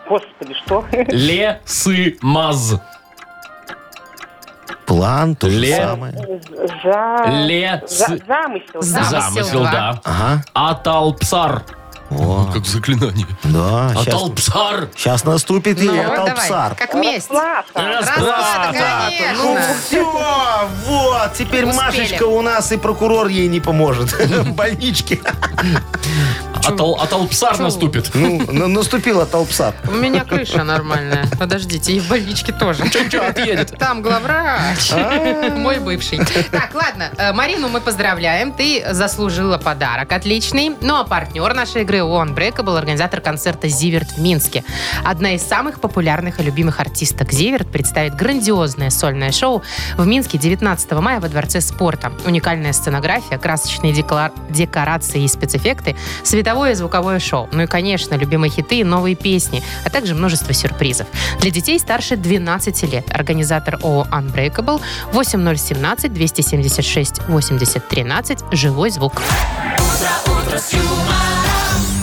Speaker 9: Господи, что?
Speaker 4: Лесымаз.
Speaker 3: План, то же
Speaker 4: Ле-
Speaker 3: самое.
Speaker 9: За...
Speaker 4: Лес.
Speaker 9: за- Замысел.
Speaker 2: За- Замысел,
Speaker 4: Замысел,
Speaker 2: да.
Speaker 4: да.
Speaker 3: Ага.
Speaker 4: Аталпсар.
Speaker 3: Во.
Speaker 4: Как заклинание.
Speaker 3: Да, сейчас,
Speaker 4: Аталпсар.
Speaker 3: наступит и
Speaker 2: А Ну, вот
Speaker 3: это
Speaker 2: давай.
Speaker 3: псар.
Speaker 2: Как месть.
Speaker 9: Расплата.
Speaker 2: Расплата, конечно.
Speaker 3: Ну все, вот, теперь
Speaker 2: Успели.
Speaker 3: Машечка у нас и прокурор ей не поможет. В больничке.
Speaker 4: Атал- Аталпсар наступит.
Speaker 3: Ну, на- наступила толпса.
Speaker 2: У меня крыша нормальная. Подождите, и в больничке тоже.
Speaker 4: Чё отъедет?
Speaker 2: Там главврач. Мой бывший. Так, ладно. э, Марину мы поздравляем. Ты заслужила подарок отличный. Ну а партнер нашей игры ООН Брека был организатор концерта «Зиверт» в Минске. Одна из самых популярных и любимых артисток «Зиверт» представит грандиозное сольное шоу в Минске 19 мая во Дворце спорта. Уникальная сценография, красочные декла- декорации и спецэффекты, световое и звуковое шоу. Ну и, конечно, любимые хиты и новые песни, а также множество сюрпризов. Для детей старше 12 лет. Организатор ООО Unbreakable 8017 276 80 13 «Живой звук».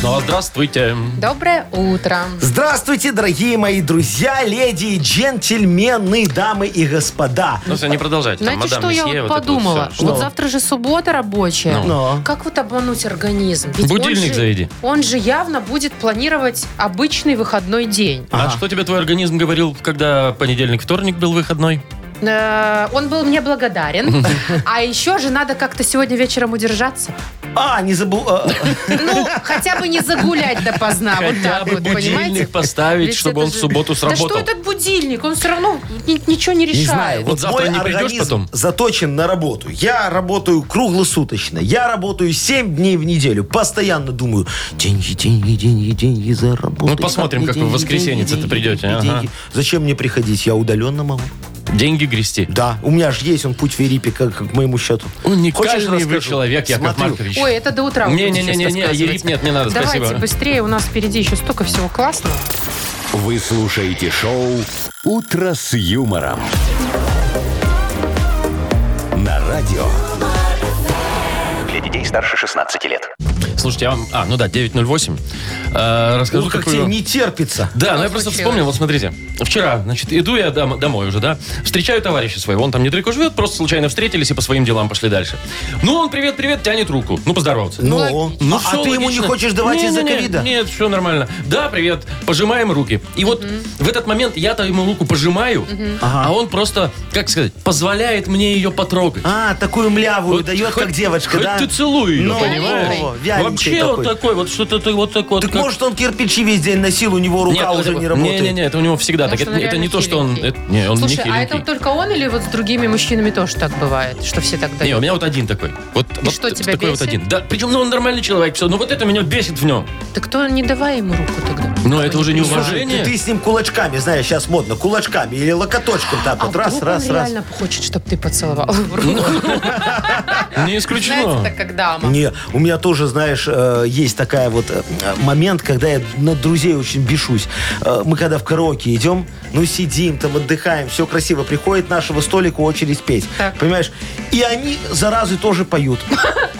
Speaker 4: Снова здравствуйте. Ну
Speaker 2: Доброе утро.
Speaker 3: Здравствуйте, дорогие мои друзья, леди и джентльмены, дамы и господа.
Speaker 4: Ну все, не продолжайте. Там
Speaker 2: Знаете,
Speaker 4: мадам
Speaker 2: что я
Speaker 4: Месье,
Speaker 2: вот
Speaker 4: вот это вот
Speaker 2: подумала?
Speaker 4: всё.
Speaker 2: вот завтра же суббота рабочая.
Speaker 3: Ну.
Speaker 2: Как вот обмануть организм? Ведь он
Speaker 4: Будильник
Speaker 2: же,
Speaker 4: заведи.
Speaker 2: Он же явно будет планировать обычный выходной день.
Speaker 4: А что тебе твой организм говорил, когда понедельник, вторник был выходной?
Speaker 2: Э, он был мне благодарен. А еще же надо как-то сегодня вечером удержаться.
Speaker 3: А, не забыл.
Speaker 2: Ну, хотя бы не загулять допоздна. А, Вот
Speaker 4: Хотя
Speaker 2: так
Speaker 4: бы
Speaker 2: вот, понимаете?
Speaker 4: будильник поставить,
Speaker 2: Ведь
Speaker 4: чтобы
Speaker 2: это
Speaker 4: он в
Speaker 2: же-
Speaker 4: субботу
Speaker 2: Да что
Speaker 4: сработал.
Speaker 2: этот будильник? Он все равно ни- ничего не решает.
Speaker 3: Не знаю, вот,
Speaker 4: Вот завтра
Speaker 3: мой
Speaker 4: не придешь
Speaker 3: организм
Speaker 4: потом?
Speaker 3: заточен на работу. Я работаю круглосуточно. Я работаю 7 дней в неделю. Постоянно думаю, деньги, деньги, деньги, деньги заработать.
Speaker 4: Ну, посмотрим,
Speaker 3: мне
Speaker 4: как вы в
Speaker 3: деньги,
Speaker 4: воскресенье-то
Speaker 3: деньги,
Speaker 4: придете,
Speaker 3: деньги,
Speaker 4: ага.
Speaker 3: деньги. Зачем мне приходить? Я удаленно могу.
Speaker 4: Деньги грести.
Speaker 3: Да, у меня же есть он путь Верипи, как, как к моему счету. Хочешь,
Speaker 4: Уникальный вы
Speaker 3: расскажу?
Speaker 4: человек, Яков
Speaker 3: Смотрю.
Speaker 4: Маркович.
Speaker 2: Ой, это до утра. вы будете сейчас
Speaker 4: Не-не-не-не,
Speaker 2: рассказывать.
Speaker 4: Ерит нет, не надо,
Speaker 2: Давайте
Speaker 4: спасибо.
Speaker 2: быстрее, у нас впереди еще столько всего классного.
Speaker 1: Вы слушаете шоу «Утро с юмором». На радио
Speaker 5: Для детей старше 16 лет.
Speaker 4: Слушайте, я вам... А, ну да, 9.08. Э, расскажу
Speaker 3: Ну, как
Speaker 4: такую-
Speaker 3: тебе не терпится.
Speaker 4: Да, ну я
Speaker 2: случилось?
Speaker 4: просто вспомнил, вот смотрите. Вчера, значит, иду я дом- домой уже, да, встречаю товарища своего, он там недалеко живет, просто случайно встретились и по своим делам пошли дальше. Ну, он привет-привет тянет руку, ну, поздороваться.
Speaker 3: Ну,
Speaker 4: Ну,
Speaker 3: а,
Speaker 4: всё
Speaker 3: ты ему не
Speaker 4: логично.
Speaker 3: хочешь давать
Speaker 4: Не-не-не,
Speaker 3: из-за ковида?
Speaker 4: Нет, все нормально. Да, привет. Пожимаем руки. И вот в этот момент я-то ему руку пожимаю, а он просто, как сказать, позволяет мне ее потрогать.
Speaker 3: А, такую млявую дает,
Speaker 4: хоть-
Speaker 3: как девочка,
Speaker 4: хоть
Speaker 3: да?
Speaker 4: ты целуй ее,
Speaker 3: Ну,
Speaker 4: понимаешь?
Speaker 3: вяленький
Speaker 4: Вообще
Speaker 3: такой.
Speaker 4: вот такой, вот что-то ты вот такой.
Speaker 3: Так
Speaker 4: вот как-
Speaker 3: может он кирпичи весь день носил, у него рука уже не работает.
Speaker 4: Не-не-не, это у него всегда так.
Speaker 2: Может,
Speaker 4: Это,
Speaker 2: он
Speaker 4: это не
Speaker 2: реально
Speaker 4: то, что он...
Speaker 2: хиленький.
Speaker 4: это- не, он
Speaker 2: Слушай,
Speaker 4: не
Speaker 2: а
Speaker 4: хиленький.
Speaker 2: это только он или вот с другими мужчинами тоже так бывает, что все так
Speaker 4: Не, у
Speaker 2: дают?
Speaker 4: меня вот один такой. Вот,
Speaker 2: И
Speaker 4: вот
Speaker 2: что, тебя
Speaker 4: такой
Speaker 2: бесит?
Speaker 4: вот один. Да, причем, ну, он нормальный человек, все. Ну, вот это меня бесит в нем.
Speaker 2: Так кто не давай ему руку тогда?
Speaker 4: Но Ну, это уже не
Speaker 3: Слушай,
Speaker 4: уважение.
Speaker 3: ты, ты с ним кулачками, знаешь, сейчас модно, кулачками или локоточком так
Speaker 2: А
Speaker 3: вот, раз,
Speaker 2: вдруг
Speaker 3: раз,
Speaker 2: он
Speaker 3: раз.
Speaker 2: реально хочет, чтобы ты поцеловал в руку?
Speaker 4: Не
Speaker 2: Знаете, так
Speaker 4: исключено.
Speaker 2: как дама.
Speaker 3: Не, у меня тоже, знаешь, э, есть такая вот э, момент, когда я на друзей очень бешусь. Э, мы когда в караоке идем, ну сидим там, отдыхаем, все красиво. Приходит нашего столика очередь петь.
Speaker 2: Так.
Speaker 3: Понимаешь? И они, заразы, тоже поют.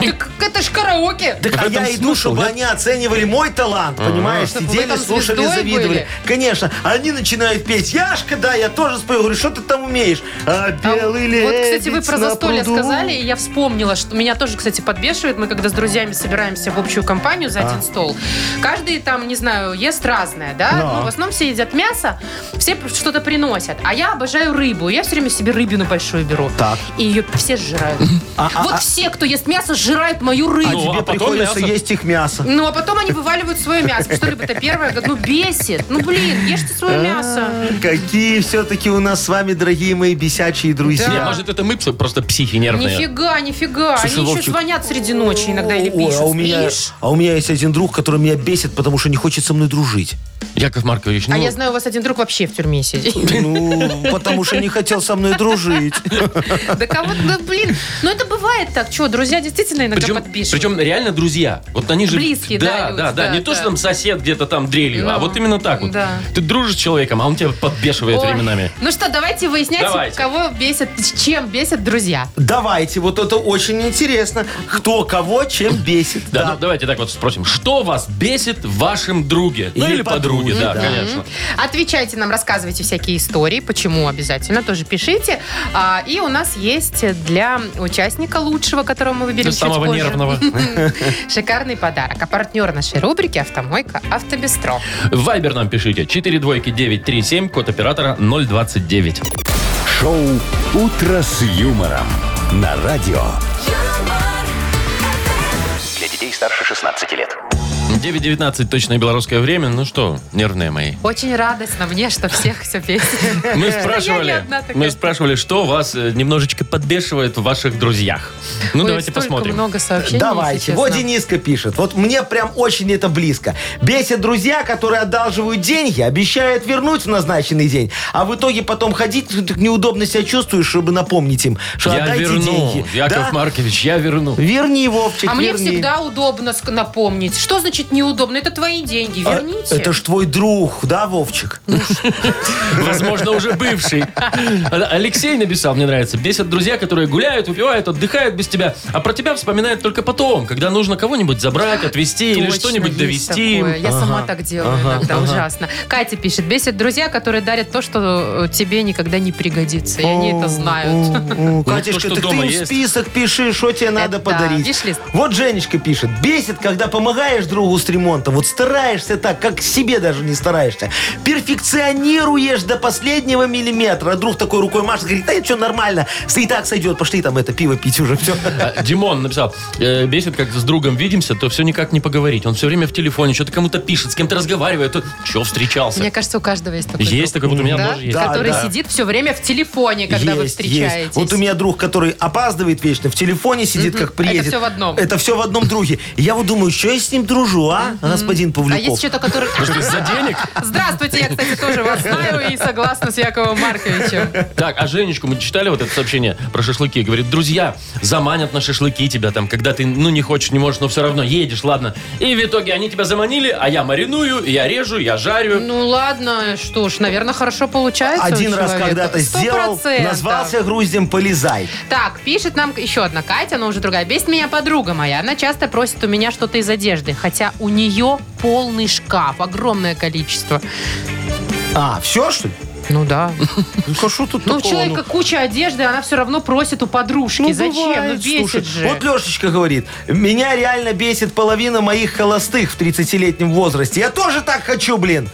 Speaker 2: Так это ж караоке!
Speaker 3: Так
Speaker 4: В
Speaker 3: а
Speaker 4: этом
Speaker 3: я
Speaker 4: смысл,
Speaker 3: иду, чтобы
Speaker 4: нет?
Speaker 3: они оценивали мой талант, понимаешь?
Speaker 2: Чтобы вы
Speaker 3: Сидели,
Speaker 2: там
Speaker 3: слушали,
Speaker 2: звездой
Speaker 3: завидовали.
Speaker 2: были?
Speaker 3: Конечно. Они начинают петь. Яшка, да, я тоже спою. Говорю, что ты там умеешь? А
Speaker 2: А
Speaker 3: белый
Speaker 2: Вот, кстати, вы
Speaker 3: лебедь
Speaker 2: про
Speaker 3: на
Speaker 2: застолье
Speaker 3: пруду».
Speaker 2: сказали, и я вспомнила, что меня тоже, кстати, подбешивает. Мы когда с друзьями собираемся в общую компанию
Speaker 3: А.
Speaker 2: за один стол, каждый там, не знаю, ест разное, да?
Speaker 3: Да.
Speaker 2: Ну, в основном все едят мясо, все что-то приносят. А я обожаю рыбу. Я все время себе рыбину большую беру.
Speaker 3: Так.
Speaker 2: И ее все сжирают. Вот все, кто ест мясо, сжирают мою
Speaker 3: А
Speaker 2: рыбу.
Speaker 4: Ну,
Speaker 3: тебе
Speaker 4: а потом
Speaker 3: приходится
Speaker 4: мясо.
Speaker 3: есть их мясо.
Speaker 2: Ну, а потом они вываливают свое мясо. Потому Что либо то первое, говорят, ну, бесит. Ну, блин, ешьте свое мясо.
Speaker 3: А, Какие все-таки у нас с вами, дорогие мои бесячие
Speaker 4: Не,
Speaker 3: друзья.
Speaker 4: может, это мы пс- просто психи нервные.
Speaker 2: Нифига, нифига.
Speaker 4: Слушай,
Speaker 2: Они еще
Speaker 4: Вовчик.
Speaker 2: звонят среди ночи иногда или
Speaker 3: Ой,
Speaker 2: пишут.
Speaker 3: а у меня
Speaker 4: меня...
Speaker 2: Ишь.
Speaker 3: А у меня есть один друг, который меня бесит, потому что не хочет со мной дружить.
Speaker 4: Яков Маркович, ну...
Speaker 2: А я знаю, у вас один друг вообще в тюрьме сидит.
Speaker 3: Ну, потому что не хотел со мной дружить.
Speaker 2: Да кого да блин. Ну это бывает так. Чего, друзья действительно иногда
Speaker 4: Причем,
Speaker 2: подпишут.
Speaker 4: причем реально друзья. Вот они же...
Speaker 2: Близкие, да,
Speaker 4: да,
Speaker 2: люди,
Speaker 4: да, да.
Speaker 2: да,
Speaker 4: Не то,
Speaker 2: да.
Speaker 4: что там сосед где-то там дрелью, а
Speaker 2: Ну,
Speaker 4: вот именно так вот.
Speaker 2: да.
Speaker 4: Ты дружишь с человеком, а он тебя подбешивает
Speaker 2: Ой.
Speaker 4: временами.
Speaker 2: Ну что, давайте выяснять,
Speaker 4: Давайте.
Speaker 2: кого бесят, с чем бесят друзья.
Speaker 3: Давайте, вот это очень интересно. Кто кого чем бесит.
Speaker 4: Да, ну, давайте так вот спросим. Что вас бесит в вашем друге?
Speaker 3: Ну,
Speaker 4: или,
Speaker 3: или
Speaker 4: подруге,
Speaker 3: подруге,
Speaker 4: да,
Speaker 3: да.
Speaker 4: конечно.
Speaker 2: Отвечайте нам, рассказывайте всякие истории, почему обязательно, тоже пишите. А, и у нас есть для участника лучшего, которого мы выберем
Speaker 4: Для
Speaker 2: чуть
Speaker 4: самого
Speaker 2: позже,
Speaker 4: нервного.
Speaker 2: Шикарный подарок. А партнер нашей рубрики «Автомойка Автобестро».
Speaker 4: В Вайбер нам пишите. 4 двойки 937, код оператора 029.
Speaker 1: Шоу «Утро с юмором» на радио.
Speaker 5: Для детей старше 16 лет.
Speaker 4: 9.19 точное белорусское время. Ну что, нервные мои.
Speaker 2: Очень радостно мне, что всех все бесит.
Speaker 4: Мы
Speaker 2: Я не
Speaker 4: спрашивали,
Speaker 2: одна такая.
Speaker 4: мы спрашивали, что вас э, немножечко подбешивает в ваших друзьях. Ну,
Speaker 2: Ой,
Speaker 4: давайте
Speaker 2: столько
Speaker 4: посмотрим.
Speaker 2: много сообщений, если
Speaker 3: Давайте. Вот
Speaker 2: честно.
Speaker 3: Дениска пишет. Вот мне прям очень это близко. Бесят друзья, которые одалживают деньги, обещают вернуть в назначенный день, а в итоге потом ходить ты так неудобно себя чувствуешь, чтобы напомнить им, что
Speaker 4: Я
Speaker 3: отдайте
Speaker 4: верну,
Speaker 3: деньги.
Speaker 4: Яков
Speaker 3: Да?
Speaker 4: Маркович, я верну.
Speaker 3: Верни, Вовчик,
Speaker 2: А мне
Speaker 3: верни.
Speaker 2: всегда удобно ск- напомнить. Что значит неудобно? Это твои деньги.
Speaker 3: А,
Speaker 2: Верните. Ну,
Speaker 3: Это ж твой друг, да, Вовчик?
Speaker 4: Возможно, уже бывший. А- Алексей написал, мне нравится. Бесят друзья, которые гуляют, выпивают, отдыхают без тебя, а про тебя вспоминают только потом, когда нужно кого-нибудь забрать, отвезти или
Speaker 2: Точно,
Speaker 4: что-нибудь
Speaker 2: есть
Speaker 4: довести.
Speaker 2: такое. Я сама так делаю иногда, ужасно. Катя пишет, бесит друзья, которые дарят то, что э, тебе никогда не пригодится. И они это знают.
Speaker 3: О, о,
Speaker 4: что
Speaker 3: Катюшка, так ты
Speaker 4: дома
Speaker 3: им
Speaker 4: есть.
Speaker 3: список пиши, что тебе надо
Speaker 2: да,
Speaker 3: подарить.
Speaker 2: виш-лист.
Speaker 3: Вот Женечка пишет. Бесит, когда помогаешь другу с ремонтом. Вот стараешься так, как себе даже не стараешься. Перфекционируешь до последнего миллиметра. А друг такой рукой машет, говорит, да это что, нормально. с- И так сойдет, пошли там это пиво пить уже. Все.
Speaker 4: А, Димон написал, э, бесит, как с другом видимся, то все никак не поговорить. Он все время в телефоне, что-то кому-то пишет, с кем-то разговаривает. То... Че встречался?
Speaker 2: Мне кажется, у каждого есть такой.
Speaker 4: Есть
Speaker 2: друг.
Speaker 4: такой, вот у меня
Speaker 2: Да?
Speaker 4: тоже есть.
Speaker 3: Да,
Speaker 2: который
Speaker 3: да.
Speaker 2: сидит все время в телефоне, когда вы
Speaker 3: Есть,
Speaker 2: встречаетесь.
Speaker 3: есть. Вот у меня друг, который опаздывает вечно, в телефоне сидит, как приедет.
Speaker 2: всё в одном.
Speaker 3: Это все в одном друге. И я вот думаю, что я с ним дружу, а, господин
Speaker 2: А
Speaker 3: Павлюков?
Speaker 2: есть что-то, который...
Speaker 4: Ну Что, из-за денег?
Speaker 2: Здравствуйте, я, кстати, тоже вас знаю и согласна с Яковом Марковичем.
Speaker 4: Так, а Женечку мы читали вот это сообщение про шашлыки. Говорит, друзья, заманят на шашлыки тебя там, когда ты, ну, не хочешь, не можешь, но все равно едешь, ладно. И в итоге они тебя заманили, а я мариную, я режу, я жарю.
Speaker 2: Ну ладно, что ж, наверное, хорошо получается. у
Speaker 3: Один раз
Speaker 2: человека.
Speaker 3: когда-то
Speaker 2: Сто
Speaker 3: сделал,
Speaker 2: процентов.
Speaker 3: назвался груздем, полезай.
Speaker 2: Так, пишет нам еще одна Катя, но уже другая. Бесит меня подруга моя. Она часто просит у меня что-то из одежды, хотя у нее полный шкаф, огромное количество.
Speaker 3: А, все, что ли?
Speaker 2: Ну да.
Speaker 3: Ну, а что тут
Speaker 2: Ну, у
Speaker 3: такого?
Speaker 2: человека куча одежды, она все равно просит у подружки.
Speaker 3: Ну,
Speaker 2: Зачем?
Speaker 3: бывает,
Speaker 2: ну бесит
Speaker 3: слушай.
Speaker 2: же.
Speaker 3: Вот Лешечка говорит, меня реально бесит половина моих холостых в 30-летнем возрасте. Я тоже так хочу, блин.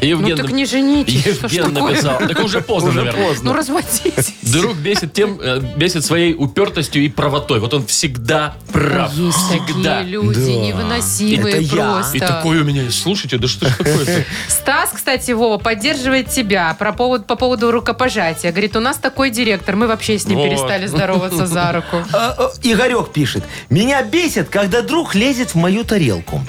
Speaker 4: Евген,
Speaker 2: ну так не женитесь, что ж
Speaker 4: Евген
Speaker 2: такое?
Speaker 4: написал. Так уже поздно,
Speaker 3: Уже
Speaker 4: наверное.
Speaker 3: поздно.
Speaker 2: Ну разводитесь.
Speaker 4: Друг бесит тем, э, бесит своей упертостью и правотой. Вот он всегда прав.
Speaker 2: Есть
Speaker 4: всегда.
Speaker 2: такие люди
Speaker 3: Да.
Speaker 2: невыносимые
Speaker 3: Это я.
Speaker 2: просто.
Speaker 4: И такое у меня есть. Слушайте, да что ж такое-то?
Speaker 2: Стас, кстати, Вова, поддерживает тебя про повод, по поводу рукопожатия. Говорит, у нас такой директор, мы вообще с ним
Speaker 4: Вот.
Speaker 2: перестали здороваться за руку.
Speaker 3: А, а, Игорек пишет, меня бесит, когда друг лезет в мою тарелку.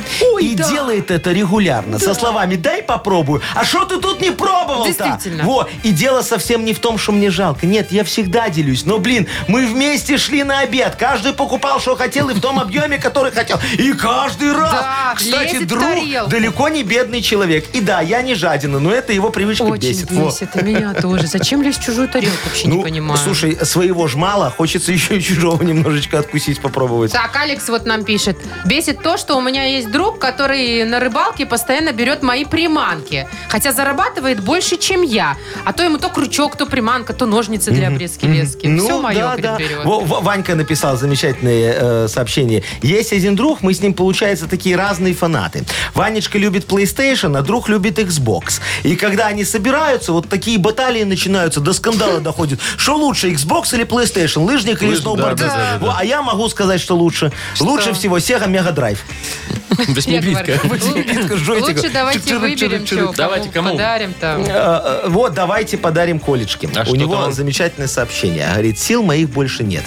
Speaker 3: и
Speaker 2: да.
Speaker 3: делает это регулярно. Со словами «дай попробую». А что ты тут не пробовал-то?
Speaker 2: Действительно.
Speaker 3: Во, и дело совсем не в том, что мне жалко. Нет, я всегда делюсь. Но, блин, мы вместе шли на обед. Каждый покупал, что хотел, и в том объеме, который хотел. И каждый раз.
Speaker 2: Да,
Speaker 3: Кстати,
Speaker 2: лезет в
Speaker 3: друг
Speaker 2: тарелку.
Speaker 3: далеко не бедный человек. И да, я не жадина, но это его привычка
Speaker 2: Очень
Speaker 3: Во.
Speaker 2: бесит, и меня тоже. Зачем лезть в чужую тарелку, вообще не
Speaker 3: Ну,
Speaker 2: понимаю.
Speaker 3: слушай, своего ж мало, хочется еще и чужого немножечко откусить, попробовать.
Speaker 2: Так, Алекс вот нам пишет. Бесит то, что у меня есть друг, который на рыбалке постоянно берет мои приманки. Хотя зарабатывает больше, чем я. А то ему то крючок, то приманка, то ножницы для обрезки лески. Все мое,
Speaker 3: Ну да,
Speaker 2: говорит,
Speaker 3: да.
Speaker 2: берет.
Speaker 3: Во- Во- Ванька написал замечательное э, сообщение. Есть один друг, мы с ним, получается, такие разные фанаты. Ванечка любит PlayStation, а друг любит Xbox. И когда они собираются, вот такие баталии начинаются, до скандала доходит. Что лучше, Xbox или PlayStation? Лыжник или
Speaker 4: Лыж- да, да,
Speaker 3: сноубордист?
Speaker 4: да, да,
Speaker 3: Во,
Speaker 4: да.
Speaker 3: А я могу сказать, что лучше. Лучше всего Sega Mega Drive.
Speaker 2: Я говорю,
Speaker 4: Восьмибитка.
Speaker 2: лу-
Speaker 3: Восьмибитка, жотика.
Speaker 2: Лучше давайте
Speaker 3: Чик-чирик,
Speaker 2: выберем
Speaker 3: чирик,
Speaker 2: чего,
Speaker 3: вечер.
Speaker 2: кому
Speaker 4: Давайте, кому?
Speaker 2: Подарим-то.
Speaker 3: Э, э, Вот, давайте подарим Колечке.
Speaker 4: А что
Speaker 3: У него
Speaker 4: там?
Speaker 3: замечательное сообщение. Говорит, сил моих больше нет.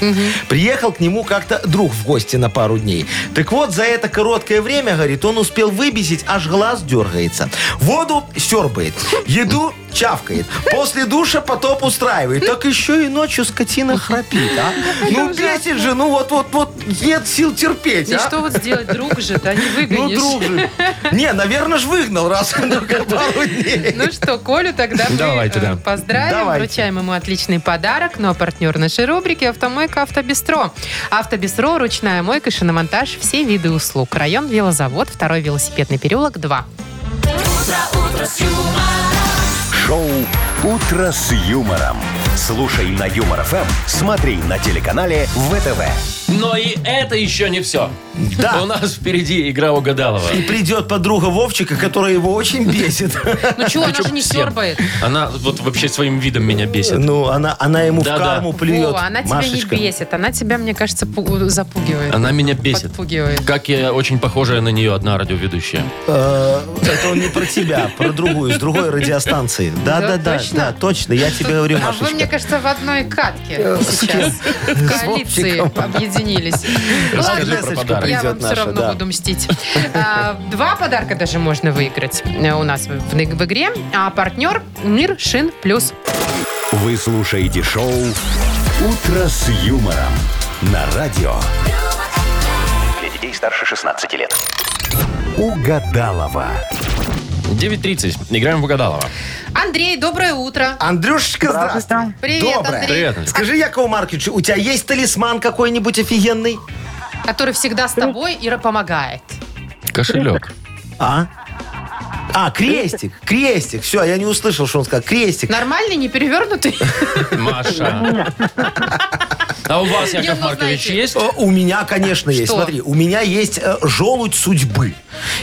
Speaker 3: Приехал к нему как-то друг в гости на пару дней. Так вот, за это короткое время, говорит, он успел выбесить, аж глаз дергается. Воду сербает, еду чавкает. После душа потоп устраивает. Так еще и ночью скотина храпит, а? Ну, бесит же, ну вот-вот-вот нет сил терпеть,
Speaker 2: Ну И
Speaker 3: а?
Speaker 2: что вот сделать, друг же, да, не
Speaker 3: Ну,
Speaker 2: выгонишь.
Speaker 3: друг же. Не, наверное, ж выгнал раз на пару дней.
Speaker 2: Ну что, Колю тогда мы
Speaker 4: Давайте,
Speaker 2: э,
Speaker 4: да.
Speaker 2: поздравим,
Speaker 3: Давайте.
Speaker 2: вручаем ему отличный подарок. Ну а партнер нашей рубрики «Автомойка Автобестро». Автобестро, ручная мойка, шиномонтаж, все виды услуг. Район Велозавод, второй велосипедный переулок, 2.
Speaker 1: Шоу «Утро с юмором». Слушай на Юмор ФМ, смотри на телеканале ВТВ.
Speaker 4: Но и это еще не все.
Speaker 3: Да.
Speaker 4: У нас впереди игра угадалова.
Speaker 3: И придет подруга Вовчика, которая его очень бесит.
Speaker 2: Ну чего, она
Speaker 4: Чё
Speaker 2: же не
Speaker 4: всем?
Speaker 2: сербает.
Speaker 4: Она вот вообще своим видом меня бесит.
Speaker 3: Ну, она, она ему
Speaker 4: Да-да.
Speaker 3: в карму плюет.
Speaker 2: Вова, она тебя
Speaker 3: Машечка.
Speaker 2: не бесит, она тебя, мне кажется, пу- запугивает.
Speaker 4: Она меня бесит.
Speaker 2: Подпугивает.
Speaker 4: Как я очень похожая на нее одна радиоведущая.
Speaker 3: Э, Это он не про тебя, про другую, с другой радиостанции. Да, да, да,
Speaker 2: точно?
Speaker 3: да, точно. Я тебе говорю,
Speaker 2: А вы, мне
Speaker 3: Машечка.
Speaker 2: кажется, в одной катке сейчас. В коалиции
Speaker 3: Вовчиком.
Speaker 2: объединились.
Speaker 4: Расскажи
Speaker 3: Агнесочка
Speaker 4: про подарок.
Speaker 2: Я вам
Speaker 3: придет
Speaker 2: все
Speaker 3: наша,
Speaker 2: равно
Speaker 3: да.
Speaker 2: буду мстить. А, Два подарка даже можно выиграть э, у нас в в игре. А партнер Мир Шин Плюс.
Speaker 1: Вы слушаете шоу «Утро с юмором» на радио
Speaker 5: Для детей старше 16 лет.
Speaker 1: «Угадалова».
Speaker 4: 9.30. Играем в угадалова.
Speaker 2: Андрей, доброе утро.
Speaker 3: Андрюшечка, здравствуй.
Speaker 2: Привет,
Speaker 3: Доброе.
Speaker 2: Андрей.
Speaker 4: Привет, Андрей.
Speaker 3: Скажи, Якову Марковичу, у тебя есть талисман какой-нибудь офигенный?
Speaker 2: Который всегда с тобой и помогает.
Speaker 4: Кошелек.
Speaker 3: А? А, крестик, крестик. Все, я не услышал, что он сказал. Крестик.
Speaker 2: Нормальный, не перевернутый?
Speaker 4: Маша. А у вас,
Speaker 2: Не,
Speaker 4: Яков
Speaker 2: ну,
Speaker 4: Маркович,
Speaker 2: знаете,
Speaker 4: есть?
Speaker 3: О, Э, У меня, конечно, есть.
Speaker 2: Что?
Speaker 3: Смотри, у меня есть э, желудь судьбы.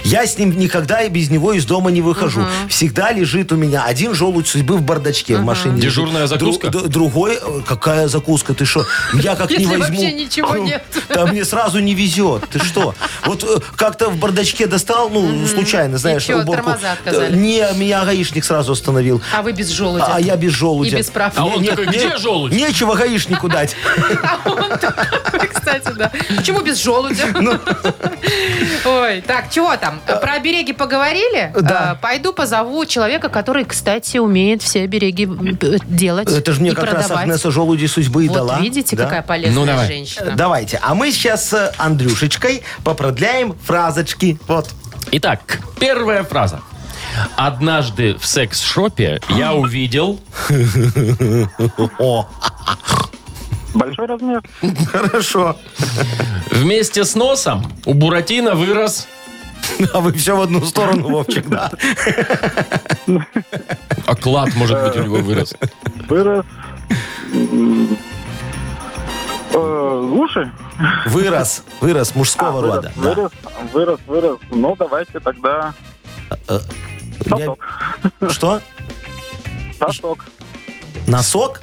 Speaker 3: Я с ним никогда и без него из дома не выхожу. Всегда лежит у меня один желудь судьбы в бардачке в машине. лежит.
Speaker 4: Дежурная
Speaker 3: Дру-
Speaker 4: закуска?
Speaker 3: д- другой, э, какая закуска, ты что? Я как
Speaker 2: Если
Speaker 3: не возьму.
Speaker 2: вообще ничего
Speaker 3: ну,
Speaker 2: нет.
Speaker 3: Там мне сразу не везет. Ты что? Вот э, как-то в бардачке достал, ну, случайно, знаешь,
Speaker 2: чё,
Speaker 3: уборку.
Speaker 2: тормоза отказали?
Speaker 3: Э, Не, меня гаишник сразу остановил.
Speaker 2: А вы без желудя.
Speaker 3: А я без желудя.
Speaker 2: И без прав.
Speaker 4: А он
Speaker 3: Не-
Speaker 4: такой,
Speaker 3: не-
Speaker 4: где желудь?
Speaker 3: Нечего гаишнику дать.
Speaker 2: А он такой, кстати, да. Почему без желудя?
Speaker 3: Ну.
Speaker 2: Ой, так, чего там? Про обереги поговорили?
Speaker 3: А. Да.
Speaker 2: А, Пойду позову человека, который, кстати, умеет все обереги м, м, делать
Speaker 3: Это же мне
Speaker 2: и
Speaker 3: как раз
Speaker 2: продавать.
Speaker 3: Агнеса желуди судьбы и
Speaker 2: Вот
Speaker 3: дала.
Speaker 2: видите,
Speaker 3: Да.
Speaker 2: какая полезная
Speaker 4: Ну, давай.
Speaker 2: женщина.
Speaker 3: Давайте. А мы сейчас с Андрюшечкой попродляем фразочки. Вот.
Speaker 4: Итак, первая фраза. Однажды в секс-шопе я увидел...
Speaker 3: О,
Speaker 6: Большой размер.
Speaker 3: хорошо.
Speaker 4: Вместе с носом у Буратино вырос...
Speaker 3: А вы все в одну сторону, Вовчик, да.
Speaker 4: А клад, может быть, у него вырос.
Speaker 6: Вырос. М, э, Уши?
Speaker 3: Вырос, вырос мужского
Speaker 6: А, Вырос,
Speaker 3: рода. да.
Speaker 6: Вырос, вырос, вырос. Ну, давайте тогда
Speaker 3: Я- Что?
Speaker 6: сосок.
Speaker 3: Носок?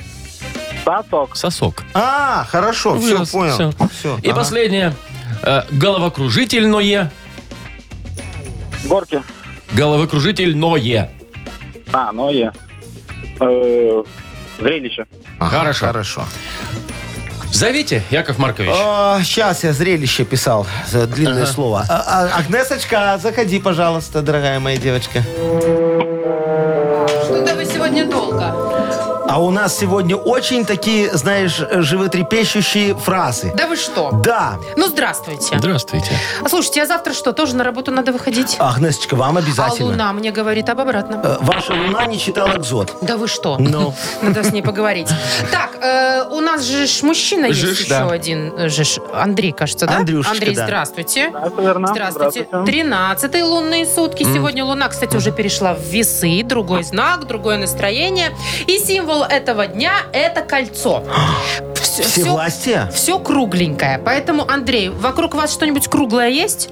Speaker 6: Сосок.
Speaker 4: Сосок.
Speaker 3: А, хорошо, все
Speaker 4: Вырос,
Speaker 3: понял.
Speaker 4: всё.
Speaker 3: Всё,
Speaker 4: И
Speaker 3: ага.
Speaker 4: последнее. Э, Головокружительное.
Speaker 6: Горки.
Speaker 4: Головокружительное.
Speaker 6: А, ну и э, зрелище.
Speaker 3: Ага,
Speaker 4: Хорошо.
Speaker 3: Хорошо.
Speaker 4: Зовите, Яков Маркович.
Speaker 3: Сейчас я зрелище писал, за длинное слово. А- а- Агнесочка, заходи, пожалуйста, дорогая моя девочка.
Speaker 2: Что-то Ну, вы сегодня долго.
Speaker 3: А у нас сегодня очень такие, знаешь, э, животрепещущие фразы.
Speaker 2: Да вы что?
Speaker 3: Да,
Speaker 2: Ну, здравствуйте.
Speaker 4: Здравствуйте.
Speaker 2: А слушайте, а завтра что, тоже на работу надо выходить?
Speaker 3: Агнесочка, вам
Speaker 2: А
Speaker 3: обязательно.
Speaker 2: Луна мне говорит об обратном.
Speaker 3: Э, Ваша луна не читала экзот.
Speaker 2: Да вы что?
Speaker 3: Ну.
Speaker 2: Надо с ней поговорить. Так, э, у нас же ж мужчина есть
Speaker 4: Жиж,
Speaker 2: еще
Speaker 4: да.
Speaker 2: один. э, Жиж. Андрей, кажется, да?
Speaker 3: Андрюшечка,
Speaker 2: Андрей,
Speaker 3: да.
Speaker 2: здравствуйте.
Speaker 6: Да, всё верно.
Speaker 2: Здравствуйте. Тринадцатые лунные сутки. Сегодня Луна, кстати, уже перешла в весы. Другой знак, другое настроение. И символ этого дня – это кольцо. Все,
Speaker 3: Всевластие?
Speaker 2: кругленькое. Поэтому, Андрей, вокруг вас что-нибудь круглое есть?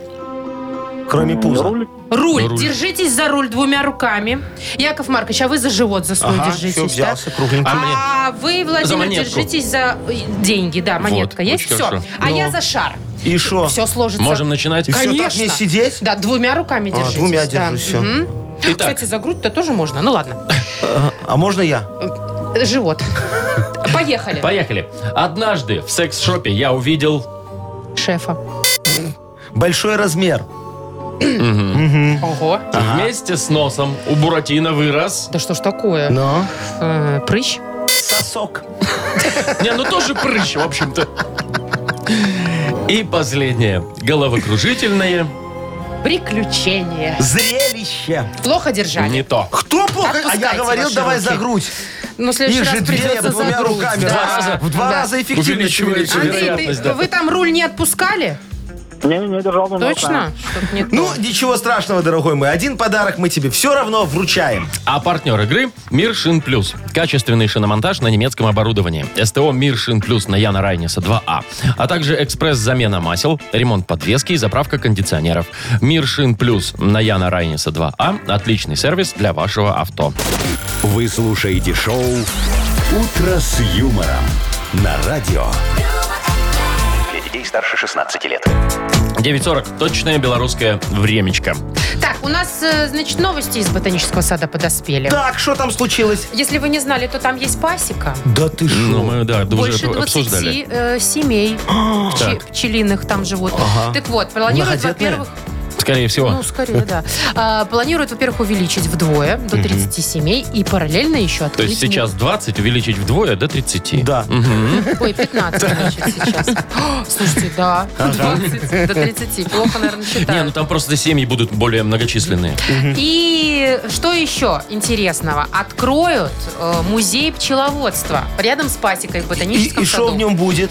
Speaker 3: Кроме пуза.
Speaker 6: Руль.
Speaker 2: Руль.
Speaker 4: Руль.
Speaker 2: Держитесь за руль двумя руками. Яков Маркович, а вы за живот за свой
Speaker 3: Ага,
Speaker 2: держитесь.
Speaker 3: всё,
Speaker 2: так?
Speaker 3: взялся, кругленько.
Speaker 4: А мне?
Speaker 2: А вы, Владимир,
Speaker 4: За монетку.
Speaker 2: держитесь за э, деньги. Да, монетка
Speaker 4: Вот,
Speaker 2: есть.
Speaker 4: очень
Speaker 2: Все.
Speaker 4: хорошо.
Speaker 2: А
Speaker 3: Ну.
Speaker 2: я за шар.
Speaker 3: И что?
Speaker 2: Все сложится.
Speaker 4: Можем начинать?
Speaker 3: И всё, так
Speaker 2: Конечно.
Speaker 3: не сидеть?
Speaker 2: Да, двумя руками
Speaker 3: А,
Speaker 2: держитесь.
Speaker 3: двумя
Speaker 2: да.
Speaker 3: держусь, всё.
Speaker 2: Мгм.
Speaker 4: Итак.
Speaker 2: Кстати, за грудь-то тоже можно. Ну ладно.
Speaker 3: А можно я?
Speaker 2: Живот. Поехали.
Speaker 4: Поехали. Однажды в секс-шопе я увидел...
Speaker 2: Шефа.
Speaker 3: Большой размер.
Speaker 2: Ого.
Speaker 4: Вместе с носом у Буратино вырос...
Speaker 2: Да что ж такое?
Speaker 3: Но.
Speaker 2: Э, Прыщ?
Speaker 3: Сосок.
Speaker 4: Не, ну тоже прыщ, в общем-то. И последнее. Головокружительное
Speaker 2: Приключения.
Speaker 3: Зрелище.
Speaker 2: Плохо держали.
Speaker 4: не то.
Speaker 3: Кто плохо? А я
Speaker 2: Отпускайте
Speaker 3: говорил,
Speaker 2: ваши
Speaker 3: давай
Speaker 2: руки.
Speaker 3: за грудь.
Speaker 2: Но Ну, в следующий
Speaker 3: Их
Speaker 2: раз
Speaker 3: же две
Speaker 2: придется за
Speaker 3: двумя
Speaker 2: грудь,
Speaker 3: руками.
Speaker 2: да.
Speaker 3: В два раза- В два
Speaker 2: Да.
Speaker 3: раза эффективнее.
Speaker 4: Увеличивается
Speaker 3: шевелится.
Speaker 4: вероятность.
Speaker 2: Андрей, ты-
Speaker 4: да.
Speaker 2: вы там руль не отпускали?
Speaker 6: Не, не держал на
Speaker 2: Точно? Чтоб не
Speaker 3: Ну,
Speaker 2: то.
Speaker 3: ничего страшного, дорогой мой. Один подарок мы тебе все равно вручаем.
Speaker 4: А партнер игры «Мир Шин Плюс». Качественный шиномонтаж на немецком оборудовании. СТО «Мир Шин Плюс» на Яна Райниса 2А. А также экспресс-замена масел, ремонт подвески и заправка кондиционеров. «Мир Шин Плюс» на Яна Райниса 2А. Отличный сервис для вашего авто.
Speaker 1: Вы слушаете шоу «Утро с юмором» на радио.
Speaker 5: Для детей старше 16 лет.
Speaker 4: 9.40. Точное белорусское времечко.
Speaker 2: Так, у нас, э, значит, новости из ботанического сада подоспели.
Speaker 3: Так, что там случилось?
Speaker 2: Если вы не знали, то там есть пасека.
Speaker 3: Да ты
Speaker 4: Ну, мы, да,
Speaker 2: Больше
Speaker 4: уже это
Speaker 2: 20
Speaker 4: обсуждали.
Speaker 2: э, семей пчи- пчелиных там живут. Так вот, планируют,
Speaker 3: Многодетные?
Speaker 2: во-первых,
Speaker 4: Скорее всего.
Speaker 2: Ну, скорее, да. А, планируют, во-первых, увеличить вдвое до 30 семей и параллельно еще
Speaker 4: То
Speaker 2: открыть...
Speaker 4: есть сейчас 20 увеличить вдвое до 30.
Speaker 3: Да.
Speaker 2: не- Ой, 15, значит, сейчас. О, Слушайте, да, 20 до 30. Плохо,
Speaker 4: Не, ну
Speaker 2: наверное, считают.
Speaker 4: там просто семьи будут более многочисленные.
Speaker 2: И что еще интересного? Откроют э, музей пчеловодства рядом с пасекой в
Speaker 3: И
Speaker 2: ботаническом
Speaker 3: и
Speaker 2: саду.
Speaker 3: что в нем будет?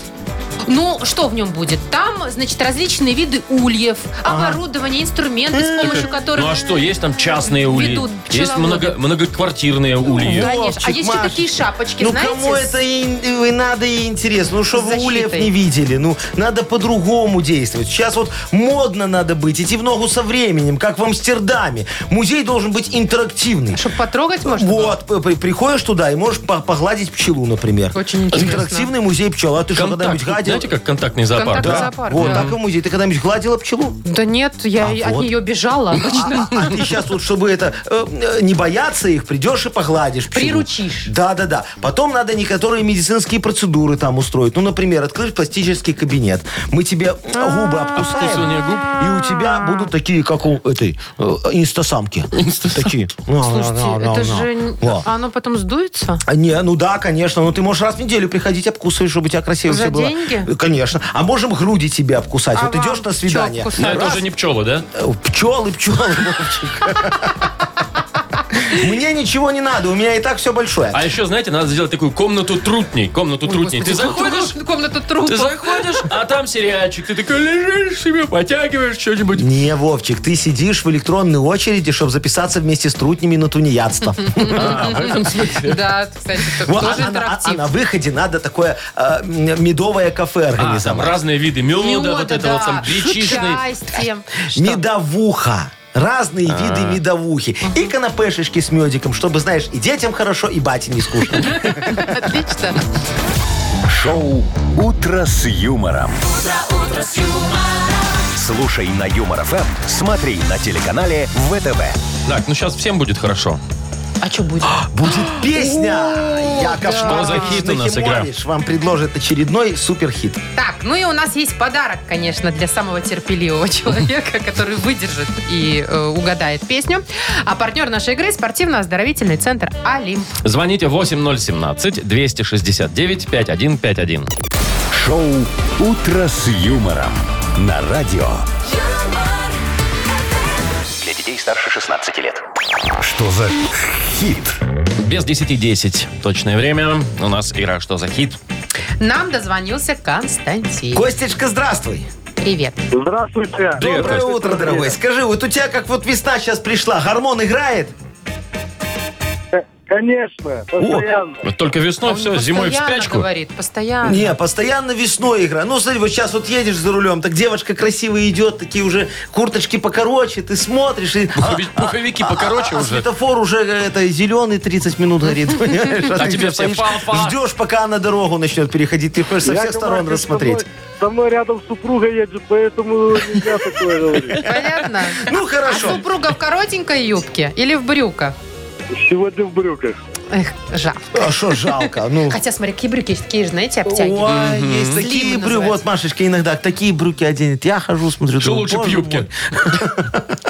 Speaker 2: Ну, что в нем будет? Там, значит, различные виды ульев, оборудование, инструменты, с помощью которых...
Speaker 4: Ну а что, есть там частные ульи,
Speaker 2: Ведут
Speaker 4: есть
Speaker 2: пчеловоды.
Speaker 4: много, многоквартирные
Speaker 3: Ну,
Speaker 4: ульи.
Speaker 2: Конечно.
Speaker 3: Вовчик,
Speaker 2: а есть еще
Speaker 3: Маш,
Speaker 2: такие шапочки,
Speaker 3: Ну
Speaker 2: знаете?
Speaker 3: кому
Speaker 2: с-
Speaker 3: это и, и надо и интересно? Ну что вы
Speaker 2: защитой.
Speaker 3: Улев не видели? Ну надо по-другому действовать. Сейчас вот модно надо быть, идти в ногу со временем, как в Амстердаме. Музей должен быть интерактивный.
Speaker 2: Чтобы потрогать можно? было?
Speaker 3: Вот, п- при- приходишь туда и можешь по- погладить пчелу, например.
Speaker 2: Очень интересно.
Speaker 3: Интерактивный музей пчел. А ты что, когда-нибудь
Speaker 4: Контакт.
Speaker 3: гладил?
Speaker 4: Знаете, как контактный зоопарк?
Speaker 2: Контактный
Speaker 4: да?
Speaker 3: Да,
Speaker 2: Зоопарк,
Speaker 3: вот,
Speaker 2: да.
Speaker 3: так и в музей. Ты когда-нибудь гладила пчелу?
Speaker 2: Да нет, я
Speaker 3: А
Speaker 2: и от
Speaker 3: вот.
Speaker 2: нее бежала обычно.
Speaker 3: А ты сейчас вот, чтобы это э, э, не бояться их, придешь и погладишь. пчелу.
Speaker 2: Приручишь.
Speaker 3: Да, да, да. Потом надо некоторые медицинские процедуры там устроить. Ну, например, открыть пластический кабинет. Мы тебе э, губы обкусаем,
Speaker 4: Обкусывание губ.
Speaker 3: и у тебя будут такие, как у этой э, инстасамки. Такие. Ну, На, на,
Speaker 2: Слушайте,
Speaker 3: на, на,
Speaker 2: это
Speaker 3: на.
Speaker 2: же... н-
Speaker 3: ну. Во.
Speaker 2: а Оно потом сдуется?
Speaker 3: А, Не, ну да, конечно. Но ты можешь раз в неделю приходить, обкусываешь, чтобы у тебя красиво
Speaker 2: За
Speaker 3: все было.
Speaker 2: деньги?
Speaker 3: Э, Конечно. А можем груди тебе обкусать.
Speaker 2: А
Speaker 3: вот
Speaker 2: вам
Speaker 3: идешь
Speaker 2: чё
Speaker 3: на свидание.
Speaker 2: обкусать?
Speaker 4: Но А это
Speaker 3: Раз,
Speaker 4: уже не пчелы, да?
Speaker 3: Э, Пчелы, пчелы, Вовчик. Мне ничего не надо, у меня и так все большое.
Speaker 4: А еще, знаете, надо сделать такую комнату трутней. Комнату трутней. Ты
Speaker 2: Господи,
Speaker 4: заходишь,
Speaker 2: в комнату трупов.
Speaker 4: ты заходишь, а там сериальчик. Ты такой лежишь себе, потягиваешь что-нибудь.
Speaker 3: Не, Вовчик, ты сидишь в электронной очереди, чтобы записаться вместе с трутнями на тунеядство.
Speaker 4: А, в этом смысле.
Speaker 2: Да, кстати, так
Speaker 3: Вот,
Speaker 2: тоже
Speaker 3: а на- а- а
Speaker 2: интерактив.
Speaker 3: на выходе надо такое э, м, медовое кафе
Speaker 4: А, там
Speaker 3: организовать.
Speaker 4: разные виды меда,
Speaker 2: Мелода,
Speaker 4: Ну вот это
Speaker 2: да.
Speaker 4: вот там гречишный.
Speaker 2: Счастье. Что?
Speaker 3: Медовуха. Разные
Speaker 4: А.
Speaker 3: виды медовухи. И канапешечки с медиком, чтобы, знаешь, и детям хорошо, и бате не скучно.
Speaker 2: Отлично.
Speaker 1: Шоу «Утро с юмором». Слушай на Юмор ФМ, смотри на телеканале ВТВ.
Speaker 4: Так, ну сейчас всем будет хорошо.
Speaker 2: А что будет?
Speaker 3: Будет песня. Яков
Speaker 4: Что за хит у нас игра?
Speaker 3: Нахимович вам предложит очередной суперхит.
Speaker 2: Так, ну и у нас есть подарок, конечно, для самого терпеливого человека, который выдержит и э, угадает песню. А партнер нашей игры – спортивно-оздоровительный центр «Олимп».
Speaker 4: Звоните 8017-269-5151.
Speaker 1: Шоу «Утро с юмором» на радио.
Speaker 5: Для детей старше 16 лет.
Speaker 1: Что за хит?
Speaker 4: Без 10.10. Точное время. У нас игра «Что за хит?»
Speaker 2: Нам дозвонился Константин.
Speaker 3: Костечка, здравствуй.
Speaker 2: Привет.
Speaker 4: Ну,
Speaker 6: Здравствуйте.
Speaker 4: Привет,
Speaker 3: Доброе
Speaker 4: Кость.
Speaker 3: утро, дорогой. Скажи, вот у тебя как вот весна сейчас пришла, гормон играет?
Speaker 6: Конечно, постоянно.
Speaker 4: Вот Только весной,
Speaker 2: Он
Speaker 4: все, зимой в
Speaker 2: постоянно
Speaker 4: спячку.
Speaker 3: А,
Speaker 2: говорит, постоянно.
Speaker 3: Не, постоянно весной игра. Ну, смотри, вот сейчас вот едешь за рулем, так девочка красивая идет, такие уже курточки покороче, ты смотришь и...
Speaker 4: Пухови- пуховики покороче
Speaker 3: а, а
Speaker 4: уже.
Speaker 3: светофор уже э, это, зеленый 30 минут горит, понимаешь?
Speaker 4: А
Speaker 3: ты
Speaker 4: тебе все
Speaker 3: стоишь,
Speaker 4: фа-фа.
Speaker 3: Ждешь, пока она дорогу начнет переходить, ты хочешь со
Speaker 6: Я
Speaker 3: всех
Speaker 6: говорю, «А
Speaker 3: сторон
Speaker 6: что
Speaker 3: рассмотреть.
Speaker 6: мной- Со мной рядом супруга едет, поэтому нельзя такое говорить.
Speaker 2: Понятно?
Speaker 3: Ну,
Speaker 2: А
Speaker 3: хорошо.
Speaker 2: супруга в коротенькой юбке или в брюках?
Speaker 6: Сегодня в брюках.
Speaker 2: Эх, жалко.
Speaker 3: А что жалко? Ну,
Speaker 2: Хотя, смотри, какие брюки есть, такие же, знаете, обтягивают.
Speaker 3: Ой, есть такие
Speaker 2: Слимы
Speaker 3: брюки. Вот
Speaker 2: называются.
Speaker 3: Машечка иногда такие брюки оденет. Я хожу, смотрю.
Speaker 4: Что
Speaker 3: думаю,
Speaker 4: лучше
Speaker 3: боже
Speaker 4: юбки?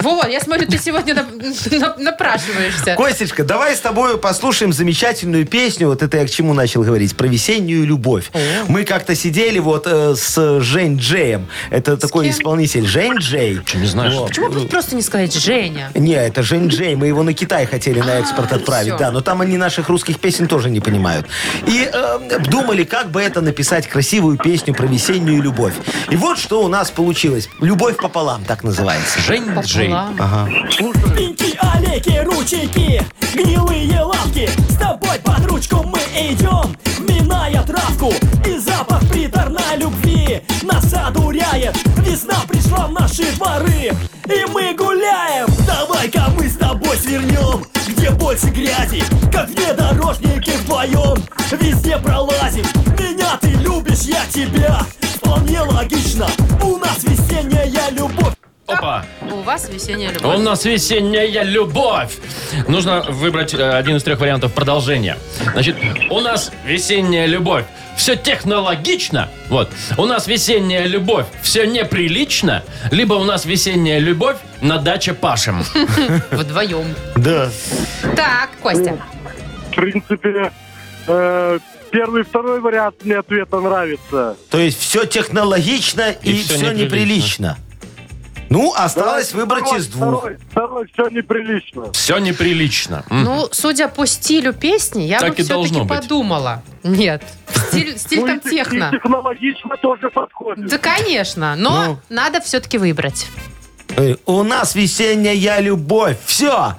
Speaker 2: Вот, я смотрю, ты сегодня нап- нап- напрашиваешься.
Speaker 3: мой. Костечка, давай с тобой послушаем замечательную песню. Вот это я к чему начал говорить. Про весеннюю любовь. Мы как-то сидели вот э, с Жень Джеем. Это такой
Speaker 2: кем?
Speaker 3: исполнитель. Жень Джей.
Speaker 4: Не знаешь,
Speaker 3: Вот.
Speaker 2: Почему бы просто не сказать Женя?
Speaker 3: Не, это Жень Джей, мы его на Китай хотели на экспорт отправить,
Speaker 2: А, ну всё.
Speaker 3: да, но там они наших русских песен тоже не понимают. И э, думали, как бы это написать красивую песню про весеннюю любовь. И вот что у нас получилось. Любовь пополам, так называется.
Speaker 4: Жень Джей.
Speaker 2: Пополам.
Speaker 8: Инки, алики, ручейки, гнилые лавки С тобой под ручку мы идем, миная травку И запах приторной любви нас одуряет Весна пришла в наши дворы, и мы гуляем Давай-ка мы с тобой свернем, где больше грязи Как внедорожники вдвоем, везде пролазим Меня ты любишь, я тебя Вполне логично, у нас весенняя любовь
Speaker 4: Опа.
Speaker 2: У вас весенняя любовь.
Speaker 4: У нас весенняя любовь. Нужно выбрать э, один из трех вариантов продолжения. Значит, у нас весенняя любовь. Все технологично. Вот. У нас весенняя любовь. Все неприлично. Либо у нас весенняя любовь на даче Пашем.
Speaker 2: Вдвоем.
Speaker 3: Да.
Speaker 2: Так, Костя.
Speaker 6: В принципе, э, первый и второй вариант мне ответа нравится.
Speaker 3: То есть все технологично и,
Speaker 4: всё
Speaker 3: все,
Speaker 4: неприлично.
Speaker 3: неприлично. Ну, осталось выбрать из двух.
Speaker 6: Второй, второй все неприлично.
Speaker 4: Все неприлично. М.
Speaker 2: Ну, судя по стилю песни, я
Speaker 4: Так
Speaker 2: бы
Speaker 4: и должно
Speaker 2: все-таки
Speaker 4: быть.
Speaker 2: подумала. Нет. Стиль, стиль
Speaker 6: Ну,
Speaker 2: там
Speaker 6: и тех- и
Speaker 2: техно.
Speaker 6: технологично тоже подходит.
Speaker 2: Да, конечно, но
Speaker 3: Ну.
Speaker 2: надо все-таки выбрать.
Speaker 3: Э, У нас весенняя любовь. Все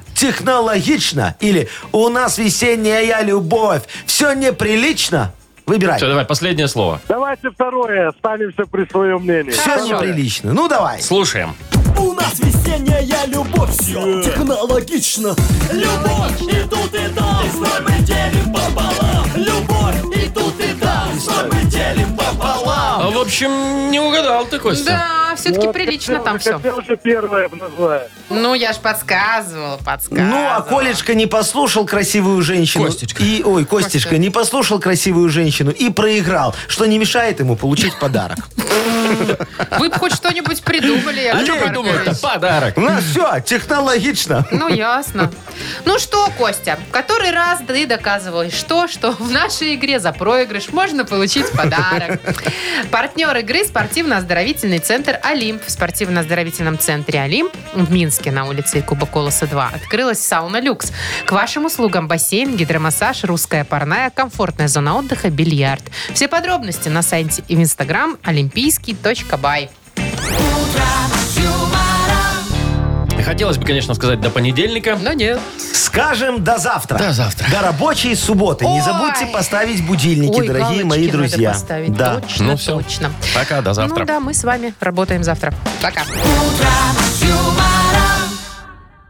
Speaker 3: технологично. Или у нас весенняя любовь. Все неприлично. Выбирай.
Speaker 4: Все, давай, последнее слово.
Speaker 6: Давайте второе, останемся при своем мнении.
Speaker 3: Все неприлично. Ну, давай.
Speaker 4: Слушаем.
Speaker 8: У нас весенняя любовь, все технологично. Любовь и тут и там, что мы делим пополам. Любовь и тут и там, что мы делим пополам.
Speaker 4: А, в общем, не угадал ты, Костя.
Speaker 2: Да, все-таки прилично там все.
Speaker 6: Хотел же первое назвать.
Speaker 2: Ну, я ж подсказывала, подсказывала.
Speaker 3: Ну, а Колечка не послушал красивую женщину.
Speaker 4: Костечка.
Speaker 3: И, ой, Костечка,
Speaker 2: Костя.
Speaker 3: не послушал красивую женщину и проиграл, что не мешает ему получить подарок.
Speaker 2: Вы бы хоть что-нибудь придумали,
Speaker 4: А
Speaker 2: Яков
Speaker 4: что придумал-то?
Speaker 2: Маркович.
Speaker 4: Подарок.
Speaker 3: У нас все Ну, технологично.
Speaker 2: Ну, ясно. Ну что, Костя, в который раз ты доказываешь то, что в нашей игре за проигрыш можно получить подарок. Партнер игры – спортивно-оздоровительный центр «Олимп». В спортивно-оздоровительном центре «Олимп» в Минске на улице Куба Колоса 2 открылась сауна «Люкс». К вашим услугам бассейн, гидромассаж, русская парная, комфортная зона отдыха, бильярд. Все подробности на сайте и в инстаграм олимпийский.бай.
Speaker 4: Хотелось бы, конечно, сказать до понедельника.
Speaker 2: Но нет.
Speaker 3: Скажем до завтра.
Speaker 4: До завтра.
Speaker 3: До рабочей субботы.
Speaker 2: Ой.
Speaker 3: Не забудьте поставить будильники,
Speaker 2: Ой,
Speaker 3: дорогие
Speaker 2: галочки
Speaker 3: мои
Speaker 2: надо
Speaker 3: друзья.
Speaker 2: поставить.
Speaker 3: Да.
Speaker 2: Точно,
Speaker 4: Ну всё.
Speaker 2: точно.
Speaker 4: Пока, до завтра.
Speaker 2: Ну да, мы с вами работаем завтра. Пока.
Speaker 7: с юмором.